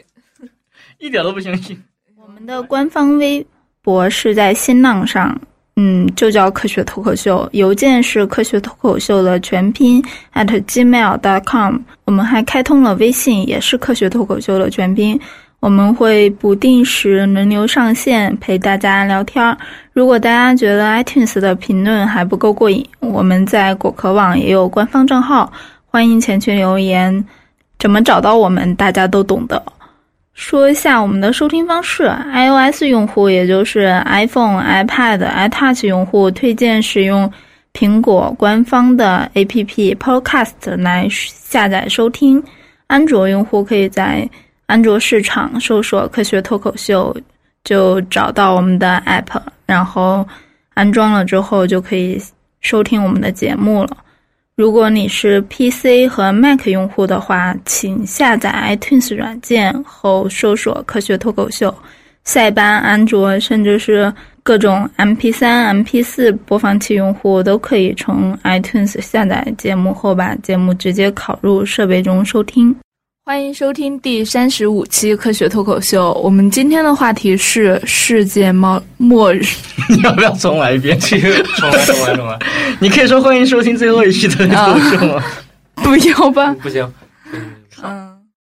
一点都不相信。
我们的官方微博是在新浪上，嗯，就叫科学脱口秀，邮件是科学脱口秀的全拼 at gmail.com。我们还开通了微信，也是科学脱口秀的全拼。我们会不定时轮流上线陪大家聊天儿。如果大家觉得 iTunes 的评论还不够过瘾，我们在果壳网也有官方账号，欢迎前去留言。怎么找到我们，大家都懂的。说一下我们的收听方式，iOS 啊用户，也就是 iPhone、iPad、iTouch 用户，推荐使用苹果官方的 APP Podcast 来下载收听；安卓用户可以在安卓市场搜索“科学脱口秀”，就找到我们的 App，然后安装了之后就可以收听我们的节目了。如果你是 PC 和 Mac 用户的话，请下载 iTunes 软件后搜索“科学脱口秀”，塞班、安卓甚至是各种 MP3、MP4 播放器用户都可以从 iTunes 下载节目后，把节目直接拷入设备中收听。
欢迎收听第三十五期《科学脱口秀》。我们今天的话题是世界末末日。
你要不要重来一遍？
重来，重来，重来！
啊你可以说欢迎收听最后一期的故事吗？
不要吧？
不行，嗯